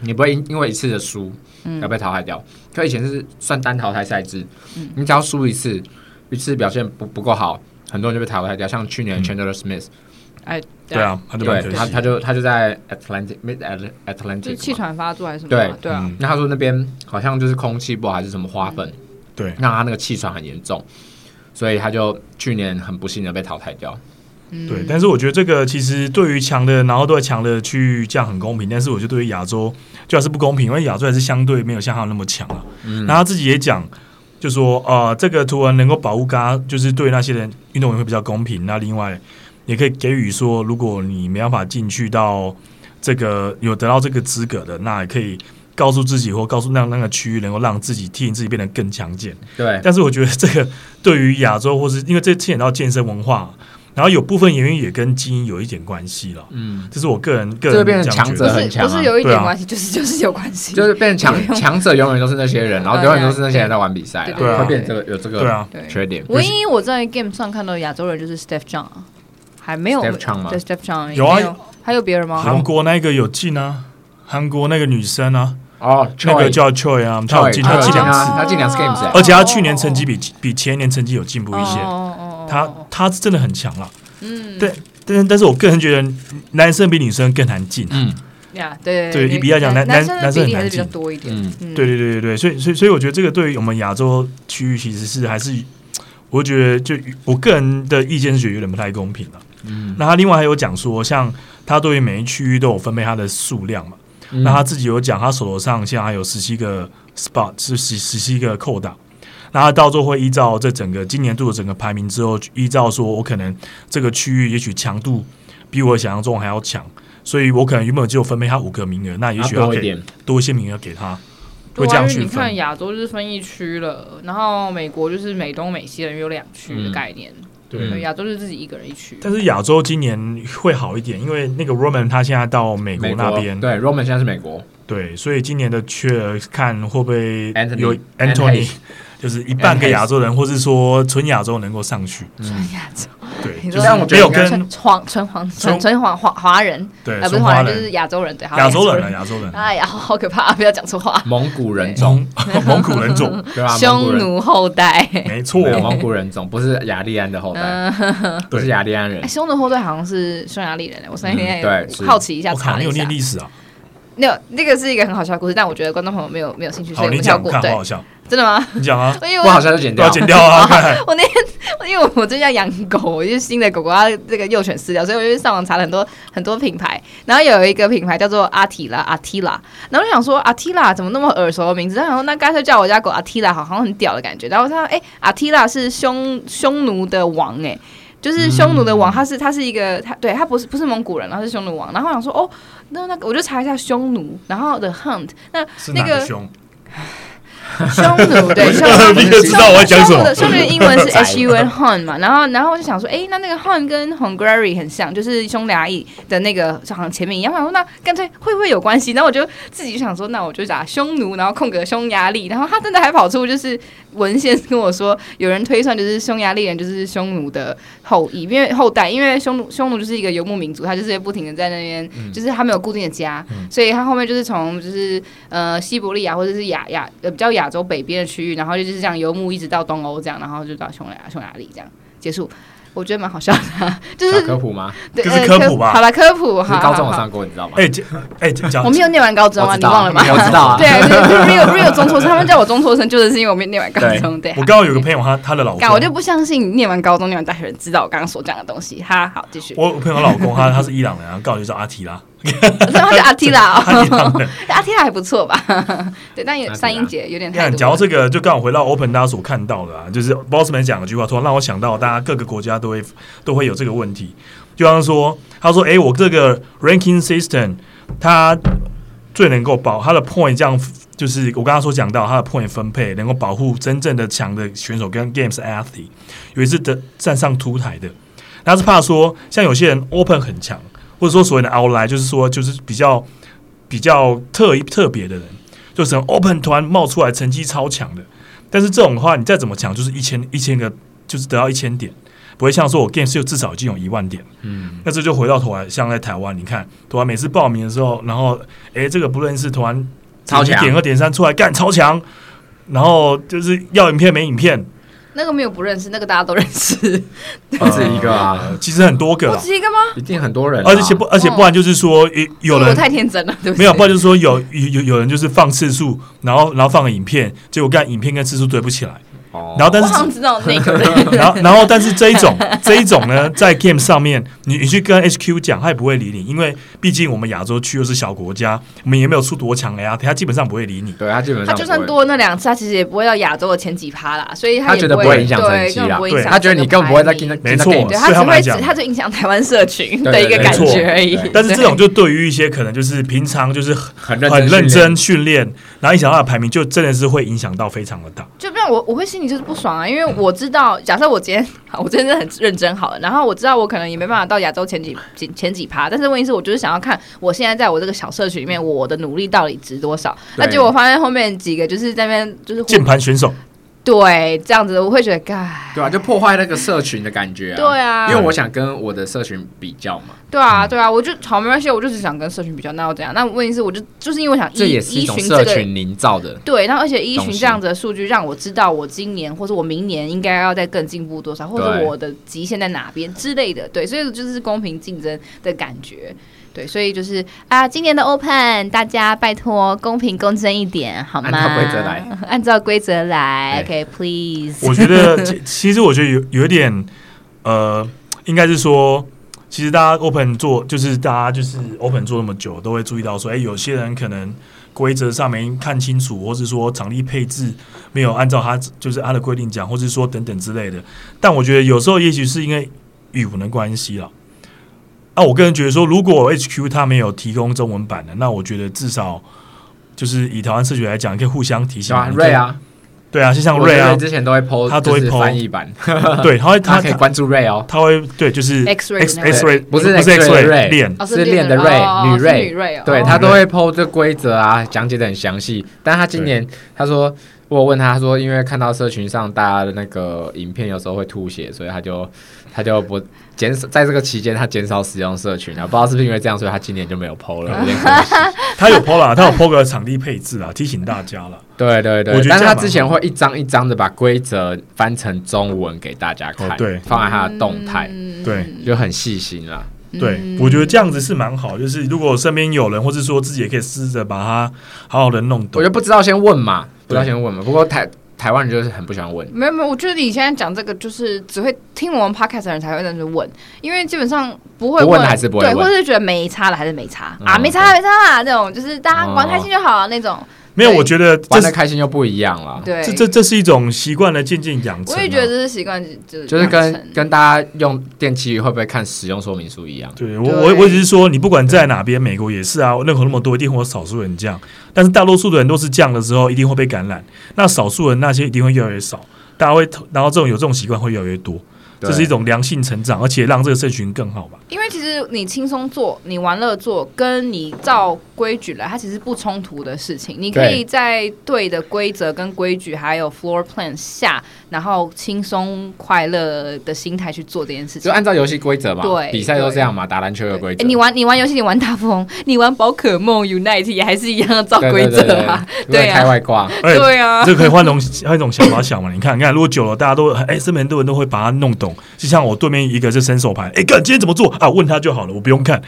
你不会因因为一次的输
嗯
要被淘汰掉。可以前是算单淘汰赛制，
嗯
你只要输一次，一次表现不不够好，很多人就被淘汰掉。像去年
嗯
Chandler Smith，
哎、
对，啊，他就蛮
对
可
他
惜
他就他就在 Atlantic Mid Atl-
就是气
Atlantic 嘛。
喘发作还是什么的嘛？对啊，
嗯
那他说那边好像就是空气不好还是什么花粉，
对，
让他那个气喘很严重，所以他就去年很不幸的被淘汰掉。
嗯
对，但是我觉得这个其实对于强的，然后对强的去这样很公平，但是我觉得对于亚洲就还是不公平，因为亚洲还是相对没有像他那么强啊。
嗯
然后他自己也讲，就说呃，这个图文能够保护嘎，就是对那些人运动员会比较公平。那另外也可以给予说，如果你没办法进去到这个有得到这个资格的，那也可以告诉自己或告诉让那个区域能够让自己替自己变得更强健。
对，
但是我觉得这个对于亚洲，或是因为这牵扯到健身文化，然后有部分原因也跟基因有一点关系了。
嗯，
这是我个人个
这
人
变成
这样
强
觉
者
不
得
很
是
强啊
不是有一
对
点
啊
关系，就是就是有关系，
就是变强强者永远都是那些人，然后永远都是那些人在玩比赛啦，
对啊
会变这个有这
对
个
啊，
对。
缺点。
唯一我在 game 上看到的亚洲人就是 Steph 张啊，还没有
Steph Chang 吗
对 Steph 张
有啊，
也没还有别人吗？
韩国那个有进啊，韩国那个女生啊，
哦，
那个
Choi，
叫 Choi 啊，她有
Choi，
进，
他
她
有
进
进
两次，
啊，他进两次 games，欸
而且她去年成绩比比前年成绩有进步一些，
哦哦哦
她她真的很强了。
嗯，
对但是但是我个人觉得男生比女生更难进。
嗯
呀，对
对以比来讲男
男
男
生的比例
男生很
还是
难
比较
进
多一点，
嗯，
嗯
对对对对对，所以所以所以我觉得这个对于我们亚洲区域其实是还是，我觉得就我个人的意见是觉得有点不太公平了、啊
嗯
那他另外还有讲说，像他对于每一区域都有分配它的数量嘛。
嗯
那他自己有讲，他手头上现在还有十七个 spot，是十十七个扣档。那他到最后会依照这整个今年度的整个排名之后，依照说我可能这个区域也许强度比我想象中还要强，所以我可能原本只有分配他五个名额，那也
要
许要
多一
给
点，
多一些名额给他，
对
会这
啊，因
样
为
去
你看
分。
亚洲就是分一区了，然后美国就是美东美西人有两区的概念，
对
对，亚洲就是自己一个人一区。
但是亚洲今年会好一点，因为那个 Roman 他现在到美国
美
那
国
边，
对 Roman 现在是美国，
对，所以今年的缺看会不会
Anthony
有
and
Anthony，
Hayes
就是一半个亚洲人，或是说纯亚洲能够上去。
亚洲，
对，
你
就
说
是
嗯让我
没
觉得
有
应该
跟
纯黄纯黄纯纯黄华华人，
对
呃，不是
纯
华
华
人，就是
人、
亚洲人，对，好
亚洲人啊，。亚洲人，
哎呀，好可怕！不要讲错话，
蒙古人种，
蒙 [laughs] 蒙啊
[laughs]
古人种，
对吧？蒙古
匈
人
奴后代。
没错
没，有蒙古人种，不是雅利安的后代，不是
对。
雅利安人
哎，。匈奴后代好像是匈牙利人，我那天
嗯对是
好奇一下
我靠，
查
你
了
有
一
念
下。
历史啊？
那有那个是一个很好笑的故事，但我觉得观众朋友没有没有兴趣，所
好，
以
你
我跳
讲，我
过。
看好
对
好，笑。
真的吗？
你讲
[laughs]
啊，
因为
不好笑就剪
不要
掉。
剪掉啊！快
我 [laughs] 那天因为我最近要养狗，我就新的狗狗它这个幼犬饲料，所以我就上网查了很多很多品牌，然后有一个品牌叫做阿提拉阿提拉，然后我想说阿提拉怎么那么耳熟的名字，然后那干脆叫我家狗阿提拉，好好像很屌的感觉。然后我想，哎、阿提拉是匈匈奴的王、哎。就是匈奴的王，他是他是一个他对他不是不是蒙古人，然后是匈奴王。然后我想说哦，那那个我就查一下匈奴，然后 the hunt，那
是
那
哪个
个
凶？ [laughs]
匈奴对匈奴，
你也知道我要讲什么
匈奴的英文
[laughs]
是
宰
H U N Hun 嘛，然后然后我就想说，哎、那那个 Hun 跟 Hungary 很像，就是匈牙利的那个就好像前面一样。我想说，那干脆会不会有关系？然后我就自己想说，那我就打匈奴，然后空格匈牙利，然后他真的还跑出就是文献跟我说，有人推算就是匈牙利人就是匈奴的后裔，因为后代，因为匈奴匈奴就是一个游牧民族，他就是不停的在那边，
嗯
就是他没有固定的家，所以他后面就是从就是呃西伯利亚或者是亚亚呃比较亚洲北边的区域，然后就是这样游牧一直到东欧这样，然后就到匈牙匈牙利这样结束。我觉得蛮好笑的啊、就是
嗯小科普吗？
对
这是
呃
科普吧
好了，科普，
是
好啊
高中我
好好
上过，你知道吗？
哎，这哎，这讲
我没有念完高中啊，
我
你
知道
忘了吗？
[laughs] 我知道啊。
对，就是 real real 中辍生，他们叫我中辍生，就是因为我没有念完高中。对，
我刚好有个朋友，他他的老公
干，，我就不相信念完高中、念完大学人知道我刚刚所讲的东西。哈，好，继续。
我我朋友的老公，他他是伊朗人，然后刚好就叫阿提拉。
所以他 [laughs] 叫阿提
[laughs]
拉
阿提拉
哦，阿提拉还不错吧？ [laughs] 对，但有
阿提拉
三音节有点太
看，
多
讲到
了。
这个，就刚好回到 Open 大家所看到的啊，就是 Bossman 讲了句话，突然让我想到，大家各个国家都会都会有这个问题。就像说，他说：“诶，我这个 ranking system，它最能够保它的 point，这样就是我刚刚所讲到它的 point 分配，能够保护真正的强的选手跟 Games athlete，有一次的站上凸台的，他是怕说，像有些人 Open 很强，或者说所谓的 outline，就是说就是比较比较特特别的人。”就是很 Open 突然冒出来成绩超强的。但是这种的话，你再怎么强，就是一千一千个，就是得到一千点，不会像说我 Game 是至少已经有一万点。嗯，那这就回到头来，像在台湾，你看，突然每次报名的时候，然后诶，这个不认识，突然
超强
点二点三出来干超强，然后就是要影片没影片，
那个没有不认识，那个大家都认识。
不止一个啊，
呃其实很多个
不
啦，
止一个吗？
一定很多人啊。
而且不而且不然就是说有有
我
人
太天真了，对不
[laughs] 没有，不
对？
然就是说有有有有人就是放次数，然后然后放个影片，结果干影片跟次数对不起来，
哦，
然后但
我
是
好像知道那个
[laughs]
人
然后，然后，但是这一种，这一种呢，在 Game 上面，你你去跟 HQ 讲，他也不会理你，因为毕竟我们亚洲区又是小国家，我们也没有出多强的呀，他基本上不会理你。
对他基本
他
上
就
不
算
会
多那两次，他其实也不会到亚洲的前几趴啦，所以
他
也
觉得
不
不会影响成绩
对，根本
啦啊
不会影
对
响啊
他觉得你根本不会在
整
跟
个排名
没
他
错
跟
对他
他
对
只
他们来
会只
讲
他就影响台湾社群
对
的一个
对
感
没错
觉而已
对。
但是这种就对于一些可能就是平常就是很
很
很
认
认
训练
真训练，然后影响到他的排名，就真的是会影响到非常的大。
就不然我我会心里就是不爽啊，因为我知道，假设我今天 [laughs] 好我真的很认真好了，然后我知道我可能也没办法到亚洲前几几前几趴，但是问题是我就是想要看我现在在我这个小社群里面我的努力到底值多少。
对
那结果我发现后面几个就是在那边就是互
键盘选手，
对这样子，我会觉得，嘎，
对啊，就破坏那个社群的感觉啊。
对啊
因为我想跟我的社群比较嘛，
对啊对啊，我就好没关系，我就只想跟社群比较，那又怎样？那问题是我就就是因为我想依
这也是一
依
种
循
社
这个
群营造的。
对，那而且依
东
循
西
这样子的数据，让我知道我今年或者我明年应该要再更进步多少，或者
对
我的极限在哪边之类的。对，所以就是公平竞争的感觉。对，所以就是啊，今年的 Open，大家拜托公平公正一点，好吗？
按照规则来，
[laughs] 按照规则来。
对
OK，please、
我觉得其其实我觉得有有一点呃，应该是说其实大家 open 做，就是大家就是 open 做那么久，都会注意到说，哎、有些人可能规则上没看清楚，或是说场地配置没有按照他就是他的规定讲，或是说等等之类的。但我觉得有时候也许是因为语文的关系啦。啊，我个人觉得说，如果 HQ 它没有提供中文版的，那我觉得至少就是以台湾社区来讲，可以互相提醒
像。瑞，啊，
对啊，就像
我
瑞啊
瑞，之前都会 PO，
他都会
就是
po
翻译版，
[laughs] 对，他会
[laughs]
他
大家可以关注瑞哦。
他会对，就是
X-ray 的
X
那个
X ray
不是
不是
X-ray
X
的
ray
ray
练，
哦
是练的
瑞
瑞女
是
瑞
女瑞哦，
对
哦
他都会 PO 这规则啊，讲解的很详细。但他今年他说，我有问他他说，因为看到社群上大家的那个影片有时候会吐血，所以他就他就不减少在这个期间他减少使用社群啊，不知道是不是因为这样，所以他今年就没有 PO 了。有点可
[laughs]
惜
他有 PO 啦，他有 PO 个场地配置啦，提醒大家啦。
对对对
我觉得，这
但是
样
他
蛮
之前会一张一张的把规则翻成中文给大家看，
哦对嗯
放在他的动态，
对
就很细心啦。
对，我觉得这样子是蛮好，就是如果身边有人，或是说自己也可以试着把它好好的弄
我
懂
就。不知道先问嘛，不知道
对
先问嘛。不过台台湾人就是很不喜欢问，
没有没有，我觉得你现在讲这个就是只会听我们 podcast 的人才会在那问，因为基本上不会
不
问
问的还是不会
对，
问
或者是觉得没差了还是没差、
嗯
啊，没差啦没差啦，这种就是大家
哦
玩开心就好了那种。
没有，
对
我觉得这
玩的
是
开心又不一样啦。
对，
这这这是一种习惯的渐渐养成啊。
我也觉得这是习惯，就是
就是
养成
跟跟大家用电器会不会看使用说明书一样，
对我
对
我我只是说，你不管在哪边，美国也是啊，任何那么多，一定会有少数人这样。但是大多数的人都是这样的时候，一定会被感染。那少数人那些一定会越来越少，大家会然后这种有这种习惯会越来越多，
对
这是一种良性成长，而且让这个社群
[laughs]
更好吧。
因为其实你轻松做，你玩乐做，跟你照规矩来，它其实不冲突的事情。你可以在对的规则跟规矩，还有 floor plan 下，然后轻松快乐的心态去做这件事
就
情。
按照游戏规则嘛，
对哎
比赛都这样嘛，打篮球有规则
诶，你玩你玩游戏，你玩大富翁，你玩宝可梦 Unite 也还是一样的照
对
规
对对
则啊，
对对
[laughs] 对啊
开外挂，
而且
对啊，
哎这个可以换种 [coughs] 换一种想法想嘛？你看，你看，如果久了，大家都哎，身边很多人都会把它弄懂。就像我对面一个是伸手牌，哎，干今天怎么做啊？问他就好了，我不用看。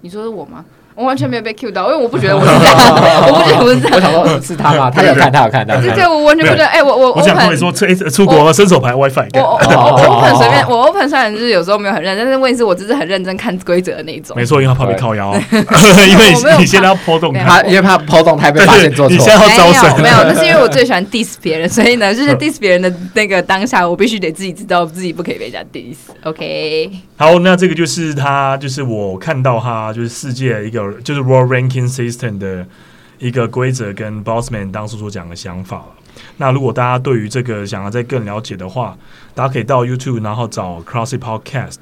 你说是我吗？我完全没有被 cue 到，因为我不觉得我是这样，我不觉得我是这
我
样，
想说哦 [laughs] 是
[laughs]
他吗？他有看，他有看，他有
这
看。
个我完全不觉得。哎，我我
我想跟你
open
说，出哎出国伸手牌 WiFi，
我
[laughs] 干
我
哦
我
哦
open 随
哦
便，我 open 虽然就是有时候没有很认真，但是问题是我只是很认真看规则的那一种
没。错，因为他怕被
对
[laughs]
靠腰，啊因为
我没有
你你现在要波动
没有
他，
他因为怕抛动太被发现做
你
错
现，
[laughs]
在要
没
招
有
生，
没有，那是因为我最喜欢 diss 别人，所以呢，就是 diss 别人的那个当下，我必须得自己知道自己不可以被人家 diss。OK，
好，那这个就是他，就是我看到他就是世界一个就是 World Ranking System 的一个规则跟 Bossman 当初所讲的想法了。那如果大家对于这个想要再更了解的话，大家可以到 YouTube，然后找 CrossFit Podcast，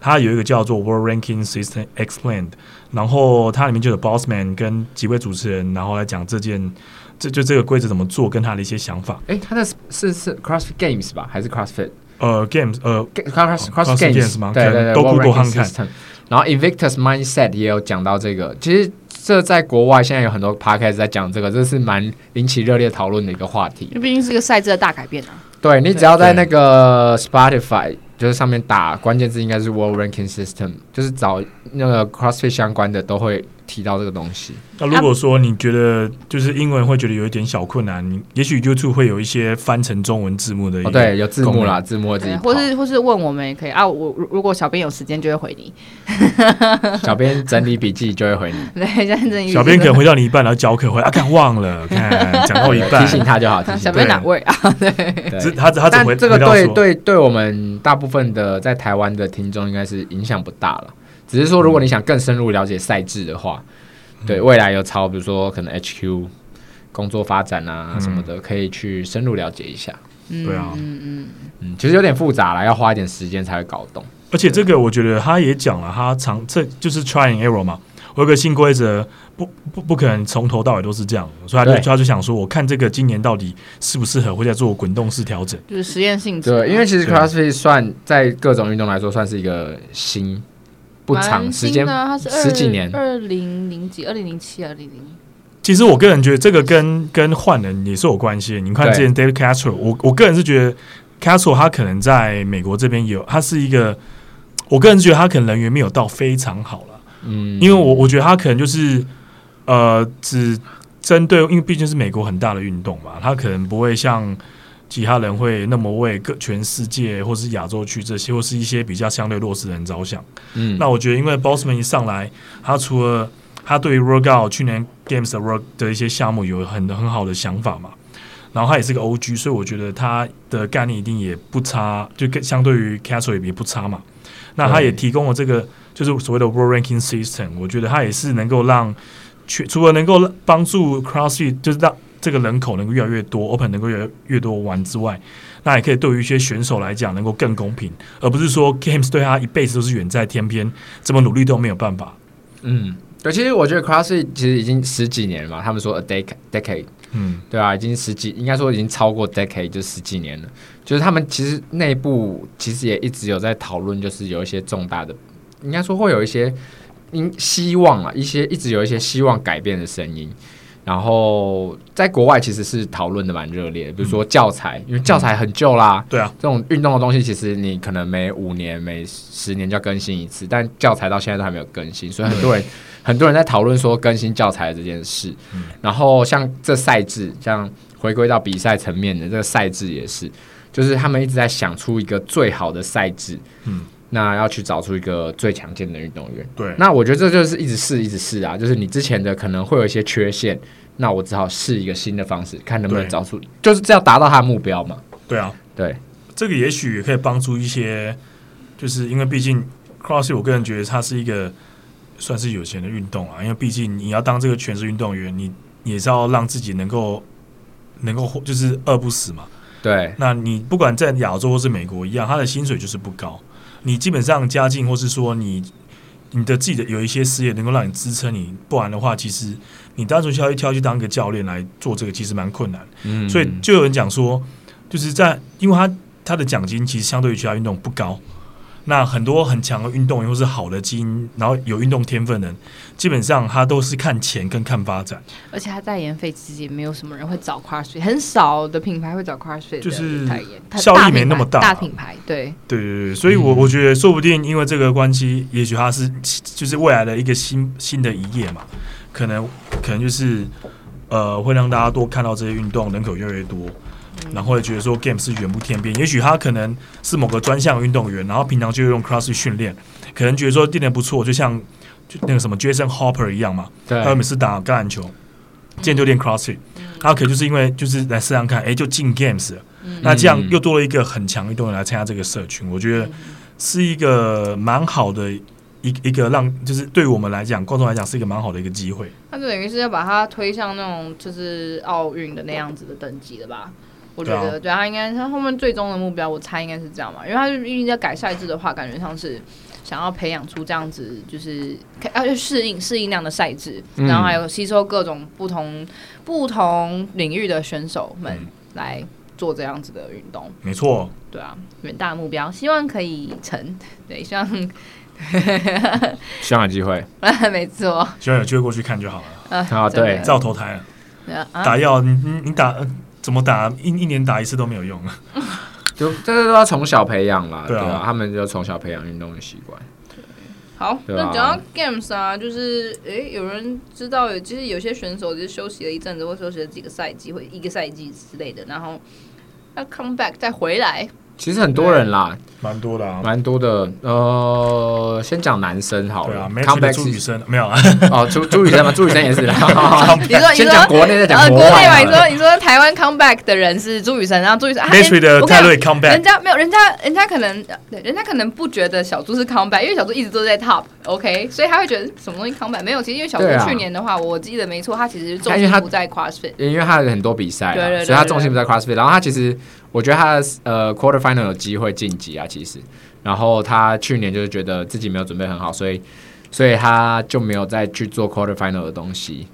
它有一个叫做 World Ranking System Explained，然后它里面就有 Bossman 跟几位主持人，然后来讲这件这就这个规则怎么做，跟他的一些想法。
哎，他的是是是 CrossFit Games 吧，还是 CrossFit
呃，Games，呃，
Cross
Cross
Cross
Games 吗
对
可
对
能
对，
都
World
Google
Ranking
看
System 然后 Invictus Mindset 也有讲到这个，其实这在国外现在有很多 podcast 在讲这个，这是蛮引起热烈讨论的一个话题。
这毕竟是个赛制的大改变啊。
对你只要在那个 Spotify 就是上面打关键字，应该是 World Ranking System，就是找那个 CrossFit 相关的都会提到这个东西。
那如果说你觉得就是英文会觉得有一点小困难，你也许 YouTube 会有一些翻成中文字幕的一个，
哦，对，有字幕啦，字幕会自己
对，
跑。
或是或是问我们也可以啊。我如如果小编有时间就会回你。 [laughs]
小编整理笔记就会回你，
对，认真
小编可能回到你一半，然后教课会啊，看忘了，看讲哦到一半
提，醒他就好。提醒他
小编哪位啊？
对
只他只 [laughs] 他只回
但这个
回到
对
说
对对我们大部分的在台湾的听众应该是影响不大了，只
嗯
是说如果你想更深入了解赛制的话，对未来有朝比如说可能 HQ 工作发展啊
嗯
什么的，可以去深入了解一下。
对啊，
嗯，其实有点复杂了，要花一点时间才会搞懂。
而且这个我觉得他也讲了，他常这就是 try and error 嘛。我有个新规则，不不不可能从头到尾都是这样，所以他就
对
他就想说，我看这个今年到底适不适合，会再做滚动式调整。
就是实验性质啊。
对，因为其实
对
CrossFit 算在各种运动来说算是一个新不长
蛮
时
新
间
的啊它是
十几
20
年
二零零几，二零零七，二零零。
其实我个人觉得这个跟跟换人也是有关系的。你看之
对
前 David Castro，我我个人是觉得 Castro 他可能在美国这边有，他是一个，我个人觉得他可能人缘没有到非常好了，
嗯，
因为我我觉得他可能就是呃只针对，因为毕竟是美国很大的运动嘛，他可能不会像。其他人会那么为各全世界或是亚洲区这些，或是一些比较相对弱势的人着想。
嗯，
那我觉得，因为 Bossman 一上来，他除了他对于 Rogal 去年 Games 的 Rog 的一些项目有很很好的想法嘛，然后他也是个 OG，所以我觉得他的概念一定也不差，就跟相对于 Castle 也不差嘛。那他也提供了这个就是所谓的 World Ranking System，我觉得他也是能够让去除了能够帮助 CrossFit 就是让这个人口能够越来越多，Open 能够越来越多玩之外，那也可以对于一些选手来讲能够更公平，而不是说 Games 对他一辈子都是远在天边，怎么努力都没有办法。
嗯，对，其实我觉得 CrossFit 其实已经十几年了嘛，他们说 a decade decade，
嗯，
对啊，已经十几，应该说已经超过 decade 就十几年了。就是他们其实内部其实也一直有在讨论，就是有一些重大的，应该说会有一些因希望啊，一些一直有一些希望改变的声音。然后在国外其实是讨论的蛮热烈的，比如说教材，因为教材很旧啦，
对啊，
这种运动的东西，其实你可能每五年、每十年就要更新一次，但教材到现在都还没有更新，所以很多人很多人在讨论说更新教材这件事。
嗯
然后像这赛制，像回归到比赛层面的这个赛制也是，就是他们一直在想出一个最好的赛制，
嗯，
那要去找出一个最强健的运动员。
对，
那我觉得这就是一直试，一直试啊，就是你之前的可能会有一些缺陷，那我只好试一个新的方式，看能不能
对
找出，就是这样达到他的目标嘛。
对啊，
对，
这个也许也可以帮助一些，就是因为毕竟 CrossFit，我个人觉得它是一个算是有钱的运动啊，因为毕竟你要当这个全职运动员，你你也是要让自己能够能够活就是饿不死嘛。
对，
那你不管在亚洲或是美国一样，他的薪水就是不高。你基本上家境或是说你你的自己的有一些事业能够让你支撑你，不然的话，其实你单纯挑一挑去当一个教练来做这个，其实蛮困难。
嗯
所以就有人讲说，就是在因为他他的奖金其实相对于其他运动不高，那很多很强的运动员或是好的基因，然后有运动天分的人，基本上他都是看钱跟看发展，
而且他代言费其实也没有什么人会找 CrossFit，很少的品牌会找 CrossFit
就是
的代言，它
效益
大
没
品
那
牌
么大
大品牌对，
对对对，所以我我觉得说不定因为这个关系，也许他是就是未来的一个新新的一页嘛，可能可能就是呃会让大家多看到这些运动，人口越来越多。然后会觉得说 game 是远不天边，也许他可能是某个专项运动员，然后平常就用 cross 训练，可能觉得说练得不错，就像就那个什么 Jason Hopper 一样嘛，
对
他每次打橄榄球，今天就练 crossfit，他可能就是因为就是来试试看，哎、就进 games 了。那这样又多了一个很强运动员来参加这个社群，我觉得是一个蛮好的一一个让，就是对我们来讲，观众来讲是一个蛮好的一个机会。
他就等于是要把它推向那种就是奥运的那样子的等级了吧？我觉
对啊
得，对他应该他后面最终的目标，我猜应该是这样嘛，因为他就一直在改赛制的话，感觉上是想要培养出这样子，就是要去适应适应那样的赛制，
嗯
然后还有吸收各种不同不同领域的选手们
嗯
来做这样子的运动。
没错，
对啊，远大的目标，希望可以成。对，希望， [laughs]
希望有机会
没错。
希望有机会过去看就好了。
[laughs]
啊，
真的
对，
再要投胎了，
呃啊，
打药你你你打呃怎么打，一一年打一次都没有用。啊
就这个都要从小培养啦，
对
对
啊
啊，他们就从小培养运动的习惯。
好，
对啊
那讲到 games 啊，就是诶，有人知道有，就是有些选手就是休息了一阵子，或休息了几个赛季，或一个赛季之类的，然后要 come back 再回来，
其实很多人啦，
蛮多的啊，
蛮多的。呃，先讲男生好
对啊
了
，Magic 的朱雨
是
生没有啊，
[laughs] 哦，朱朱雨生嘛，朱雨生也是
[laughs]
啦。
你说
先哦讲国内，再讲
呃，国
外啊
内嘛，
好
你
了。
说你说台湾 come back 的人是朱雨辰，然后朱雨辰啊
Magic 的
我跟
泰
你
瑞
讲人
comeback，
家没有，人家人家可能呃对，人家可能不觉得小猪是 come back，因为小猪一直都在 top，OK，、所以他会觉得什么东西 come back 没有。其实因为小猪
对啊
去年的话，我记得没错，他其实重
因为
心
他
不在 CrossFit。
因为他有很多比赛啦，
对对对
所以他重心不在 CrossFit。然后他其实，我觉得他的呃 quarter final 有机会晋级啊，其实。然后他去年就是觉得自己没有准备很好，所以所以他就没有再去做 quarter final 的东西，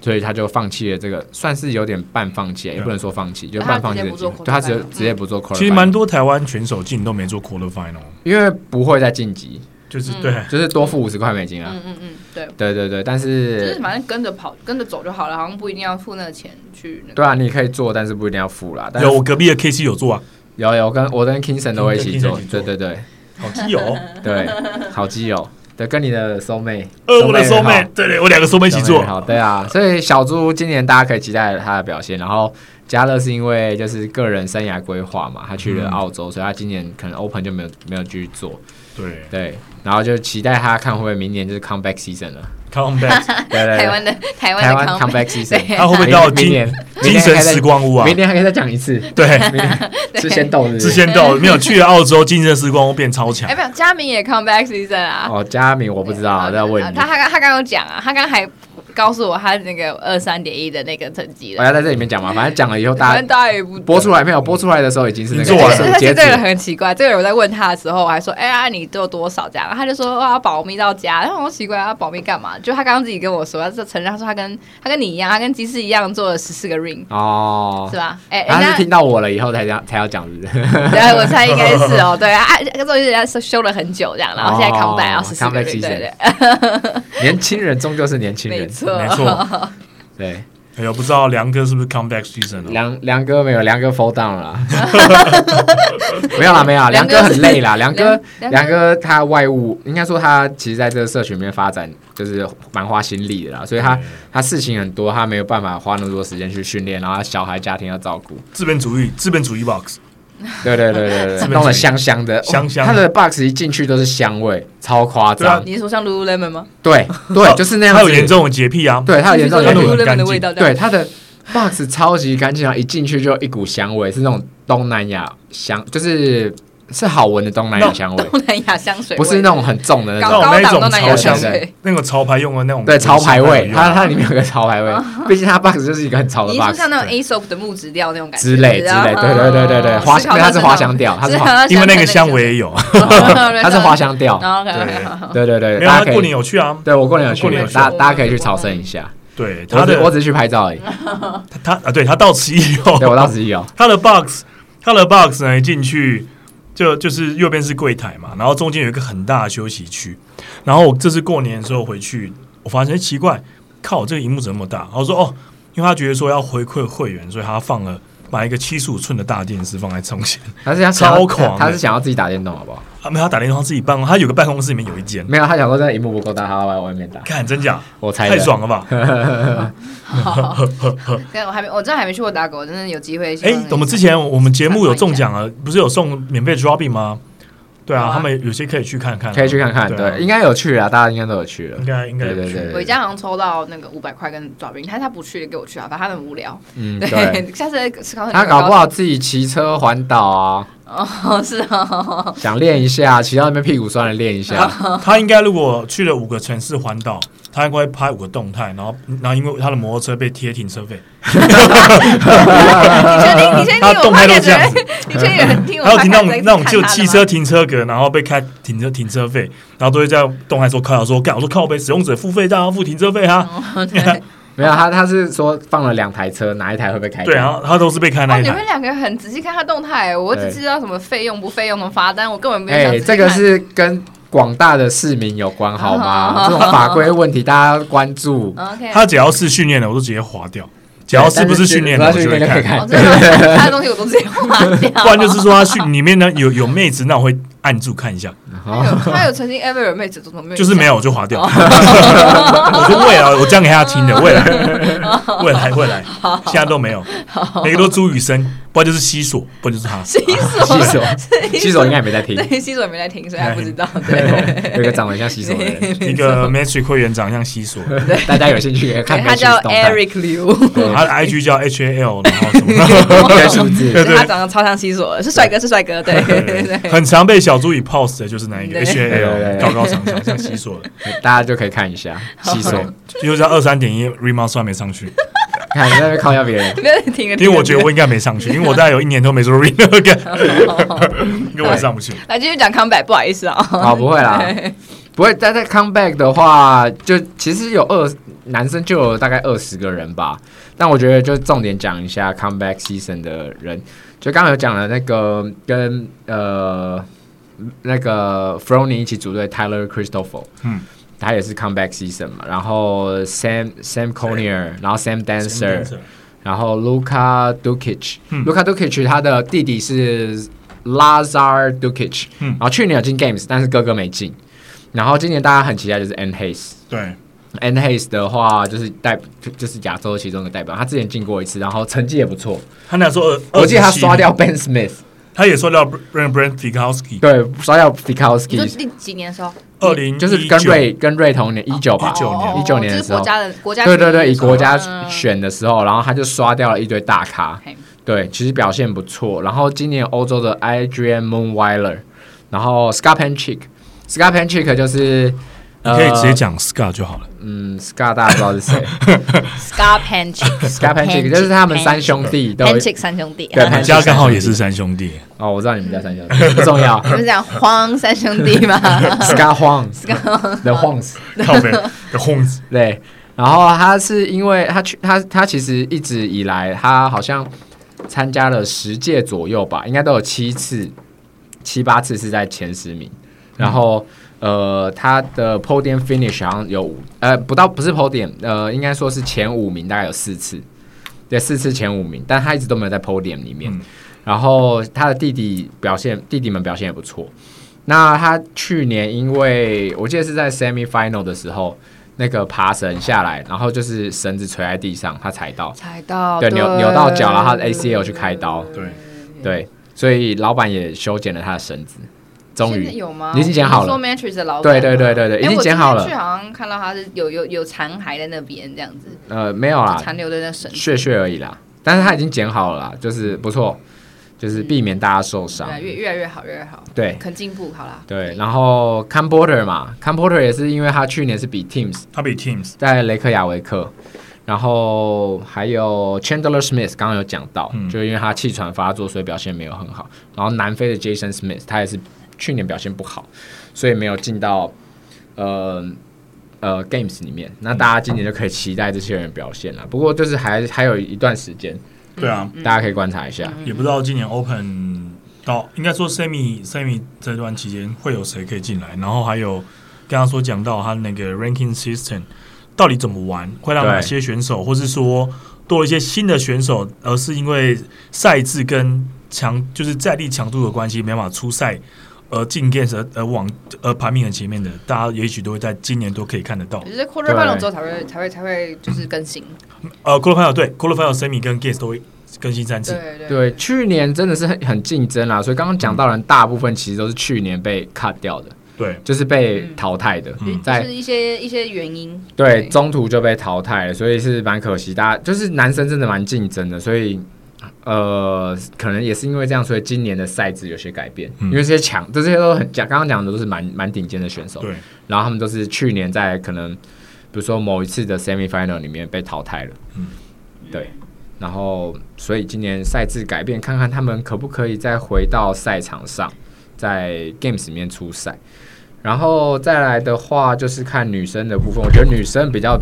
所以他就放弃了这个，算是有点半放弃啊，也不能说放弃，就半放弃的机会。对他
他
直
直
接
接
直接不做 quarter，
其实蛮，多台湾选手进都没做 quarter final，
因为不会再晋级，
就是对
就是多付五十块美金啊。
嗯嗯嗯，对，
对对对，但
就是
是
反正跟着跑，跟着走就好了，好像不一定要付那个钱去那个。
对啊，你可以做，但是不一定要付啦。但是
有我隔壁的 K C 有做啊，
有有，我跟我跟 Kingston 都会一起做
哦 Kingston，
[laughs]
一起做
对对对。
好基友，
对，好基友。对，跟你的 soul mate，
呃，我的
soul
收
mate 很
妹
好，
对对，我两个收妹一起
soul mate
做
很，好，对啊，所以小猪今年大家可以期待他的表现。然后加乐是因为就是个人生涯规划嘛，他去了
嗯
澳洲，所以他今年可能 Open 就没有没有继续做，
对
对，然后就期待他看会不会明年就是 comeback season 了，
，come back，
对
台
对对，
湾
[laughs]
的台湾
台湾
的 comeback
comeback season，
他会不会到
明
精
年
精神时光屋啊
明？年还可以再讲一次，
对，
明年是先动日，
之前都有没有去了澳
[laughs]
洲，精神时光屋变超强
哎，，没有，佳明也 comeback season 啊。
哦，佳明我不知道，再问你
哦他，他刚他刚刚有讲啊，他刚还告诉我他那个二三点一的那个成绩
我
了，
要在这里面讲嘛，反正讲了以后大
反
家
正。大家也不 [laughs]
播出来没有？播出来的时候已经是那
已经做完了
个
而且
截
这
止
个人很奇怪，这个人我在问他的时候，我还说：“哎、呀，你都有多少这样？”他就说：“哇，保密到家。”然后我奇怪，他保密干嘛？就他刚刚自己跟我说，他就承认他说他跟他跟你一样，他跟吉士一样做了十四个 ring，、
哦
是。吧？哎、
他是
人
听到我了以后才要才要讲，是不是？ [laughs]
家对，我猜应该是哦，对啊，啊所以人家修修了很久这样，然后现在
哦
come back，然后十四个
comeback
ring，对
season
对，啊
年轻人终究是年轻
没
人，
错，
没
[laughs]
错。
对。
哎呦，不知道梁哥是不是 come back season 了？
梁梁哥没有，梁哥 fall down 了
[laughs]
啦，没有啦，没有啦，
梁
梁
哥
哥很累啦，梁哥，
梁
梁哥他外务应该说他其实在这个社群里面发展就是蛮花心力的啦，所以他
对
他事情很多，他没有办法花那么多时间去训练，然后他小孩家庭要照顾，
资本主义，资本主义 box，
对对
[laughs]
对对对，
本
弄
主
得
义
香香的，
香香
哦他的 box 一进去都是香味，超夸张，
你是说像 lululemon 吗？
对对，就是那样
他
子，
有严重的洁癖啊，
对他有严重
他
的
都
问
很
题
lululemon
干
的
净
味道，
对它的 box 超级干净，啊然后一进去就一股香味，是那种东南亚香，就是是好闻的东南亚香味，
东南亚香水味，
不是那种很重的那
那
高
种。
种
高
那
档
种
东南亚
潮
香
香
水，
那个潮牌用的那种，
对潮牌味，它
他
它里面有个潮牌味，毕竟它 box 就是一个很潮的
你是说
box
像那种 Aesop 的木质调那种感觉哦
之类之类，对对对对对，花香，它是花香，调，它
[laughs]
是花，
因为那个香我也有，啊
它是花香调，
然后
对对对，
没有
大
他
家可
过年
以，
有去啊，
对我过年有去
过年有，去
大大家可以去朝圣一下，
对他
我只
的
我只是去拍照而已，
他啊，对他到此一游，
对我当时也有，
他的 box，他的 box 呢一进去就就是右边是柜台嘛，然后中间有一个很大的休息区。然后我这次过年的时候回去，我发现诶奇怪，靠，这个荧幕怎么那么大？然后我说哦，因为他觉得说要回馈会员，所以他放了买一个七十五寸的大电视放在中间。
他是想想要
超狂的
他是想要自己打电动好不好？
啊，没有，他打电话自己办公，他有个办公室里面有一间，
没有，他想说这荧幕不够大，他要往外面打。
看真假
我猜的
太爽了
[laughs]
吧？
对，我还没，我真的还没去过打狗，真的有机会。
哎、我们之前我们节目有中奖啊，不是有送免费 dropping 吗？对
好
啊，
啊
他们有些可以去看看啊，
可以去看看，
对啊
对，应该有去啊，大家应该都有去了
应。该应该
对
有
对
去
对，
我家好像抽到那个五百块跟爪冰，但是他不去给我去啊，反正他很无聊。
嗯，
[laughs]
对，
对，下次吃烤
他搞不好自己骑车环岛啊，
哦，是哦，
想练一下，骑到那边屁股酸了练一下。
他应该如果去了五个城市环岛，他应该会拍五个动态，然后然后因为他的摩托车被贴停车费，
你确定？你确定
他的
我
动态
拍
都
的
这样子，
你确定有人听我
还有
拍
停那种那种就
就
汽车停车格，然后被开停车停车费，然后都会在动态说靠说干，我说靠呗，使用者付费，当然要付停车费啊，
哦
[laughs]
没有，他他是说放了两台车，哪一台会被开？
对，啊然后他都是被开那
哦，
一
你
台
们，两个很仔细看他动态，我只知道什么费用不费用的罚单，我根本没有想
哎，
仔细
这个
看
是跟广大的市民有关好吗？
[laughs]
这种法规问题大家关注。
OK。
他只要是训练的，我都直接划掉，只要是不是训练的，
对
我就
但是训
会
练可以
看。
看 [laughs]
哦，。真的吗，他的东西我都直接划掉。
不然就是说他训 [laughs] 里面呢有有妹子，那我会按住看一下，
他有他有曾经 ever 有妹子做什么？
就是没有我就划掉。 [laughs] 我说未来我讲给他听的，未来未来未来，现在都没有，每个都朱雨生，不然就是西索，不然就是他。
西索
西，
[laughs] 哦
手，西手应该也没在听，
对西索也没来听，所以他不知道。 [laughs] 对，
有一个长得像西手的
[laughs]
人，
一个 Magic 会员长像西索，
大家有兴趣可以 [laughs] 看看
[laughs] 他
西手
叫
动 [laughs] 态。
Eric Liu，
对
他的 IG 叫 H A L，然后什么，
一个数字，
对
他长得超像西索的，是帅哥，是帅哥，对对对。
很常被小猪以 pose 的就是那一个
对
H A
对对
L，
对
高高长长像西索的，
大家就可以看一下
[laughs]
西手。
就是二三点一 Remo 算没上去，
看你在那边靠压别人，
[laughs] [laughs] 没有停了，
因为我觉得我应该没上去，因为我大概有一年都没做 [laughs] Remo，因为我也上不去。
来继续讲康柏，不好意思啊。
啊，不会啦，
[laughs]
不会。但在 comeback 的话，就其实有二男生就有大概二十个人吧。但我觉得就重点讲一下 comeback season 的人，就刚刚有讲了那个跟呃那个 Frony 一起组队 Tyler Christopher，
嗯，
他也是 comeback season 嘛。然后 Sam Sam Conier，然后 Sam Dancer，然后 Luka Dukic，Luka、
嗯
Dukic 他的弟弟是 Lazar Dukic，、
嗯
然后去年有进 Games，但是哥哥没进。然后今年大家很期待就是 N Hayes。
对，
N Hayes 的话，就是代就就是亚洲其中的代表，他之前进过一次，然后成绩也不错。
他那时候二
我记得他刷，
27
掉 Ben Smith，
他也刷掉 Brand Brand Fikowski，
对，刷掉
你说
Fikowski，
第几年的时候？
二零
就是跟瑞跟瑞同年一九吧，
19年
哦
19年的
就是
时候
国家的国家
对对对，以国家
嗯
选的时候，然后他就刷掉了一堆大咖
嘿，
对，其实表现不错。然后今年欧洲的 Adrian Moonweiler，然后 Scott Panchik，Scott Panchik 就是
你可以直接讲 Scar 就好了。
嗯，Scott 大家不知道是谁
Scar Panchik
，Scott Panchik 就是他们三兄弟都
Panchik 三兄弟，
[laughs] 对
我
[laughs]
Panchik
们家刚好也是三兄弟，
哦，我知道你们家三兄弟不重要
你们讲荒三兄弟
[laughs]
吗？
，Scott Huang，The Huangs。
靠背的 h o m
对，然后他是因为他去他他其实一直以来他好像参加了十届左右吧，应该都有七次七八次是在前十名，然后。呃，他的 podium finish 好像有五，呃，不到不是 podium，呃，应该说是前五名，大概有四次，对，四次前五名，但他一直都没有在 podium 里面。
嗯
然后他的弟弟表现，弟弟们表现也不错。那他去年因为我记得是在 semi final 的时候，那个爬绳下来，然后就是绳子垂在地上，他踩到，
踩到
对，扭扭到脚，然后他的 ACL 去开刀，
对，
对，所以老板也修剪了他的绳子，终
现在
于，
有吗？
已经剪好了
我们说 Matrix 的老板，
对对对对对，
哎，
已经剪好
我今天去
了，
好像看到他是有有有残骸在那边这样子，
呃，没有
就
啦，
残留的那绳子，
血血而已啦，但是他已经剪好了啦，就是不错，就是避免大家受伤
对，啊，越越来越好，越来越好，
对，
肯进步，好啦。
对，然后 c a m p o r t e r 嘛 c a m p o r t e r 也是因为他去年是比 Teams
他比 Teams
在雷克雅维克，然后还有 Chandler Smith 刚刚有讲到，
嗯
就因为他气喘发作，所以表现没有很好。然后南非的 Jason Smith 他也是去年表现不好，所以没有进到呃呃 Games 里面。那大家今年就可以期待这些人的表现了。不过就是还还有一段时间，
对啊，
大家可以观察一下。
也不知道今年 Open 到应该说 Semi Semi 这段期间会有谁可以进来，然后还有刚刚所讲到他那个 Ranking System 到底怎么玩，会让
对
哪些选手，或是说多了一些新的选手，而是因为赛制跟强就是战力强度的关系，没办法出赛。而进 games 而而往而排名很前面的，大家也许都会在今年都可以看得到
也。是 quarter
对
final 之后才会才会才会就是更新，
呃，qualifier 对 qualifier semi 跟 games 都会更新三次，
对对
对，去年真的是很很竞争啊啦，所以刚刚讲到的人大部分其实都是去年被 cut 掉的，
对，
就是被淘汰的，
嗯
就
在
是一些一些原因。
对中途就被淘汰了，所以是蛮可惜。大家就是男生真的蛮竞争的，所以呃，可能也是因为这样，所以今年的赛制有些改变，
嗯
因为这些强，这些都很讲，刚刚讲的都是蛮蛮顶尖的选手，
对，
然后他们都是去年在可能比如说某一次的 semi final 里面被淘汰了，
嗯
对。然后，所以今年赛制改变，看看他们可不可以再回到赛场上，在 games 里面出赛。然后再来的话，就是看女生的部分，我觉得女生比较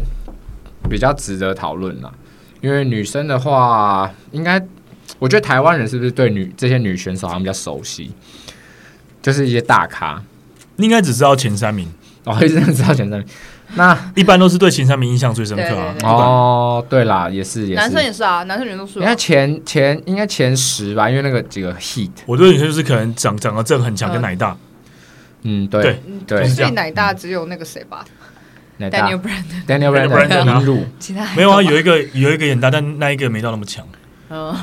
比较值得讨论啦，因为女生的话，应该我觉得台湾人是不是对女这些女选手好像比较熟悉，就是一些大咖，
你应该只知道前三名。
哦， [laughs] 一直知道前三名。那
一般都是对前三名印象最深刻啊。
对对
不
对
管，
哦，对啦，也是也
男生
是，
也是啊，男生女生都是
应
啊。
该前前应该前十吧，因为那个几个 hit，
我对女生就是可能长长得正很强跟奶大，
嗯，对
对
对
最
就是这样
奶大只有那个谁吧
奶大
，Daniel Brand，
Daniel
Daniel
Brandon
Brandon 啊
林乳，
其他还
没有啊，
吗
有一个有一个很大，但那一个没到那么强，
嗯，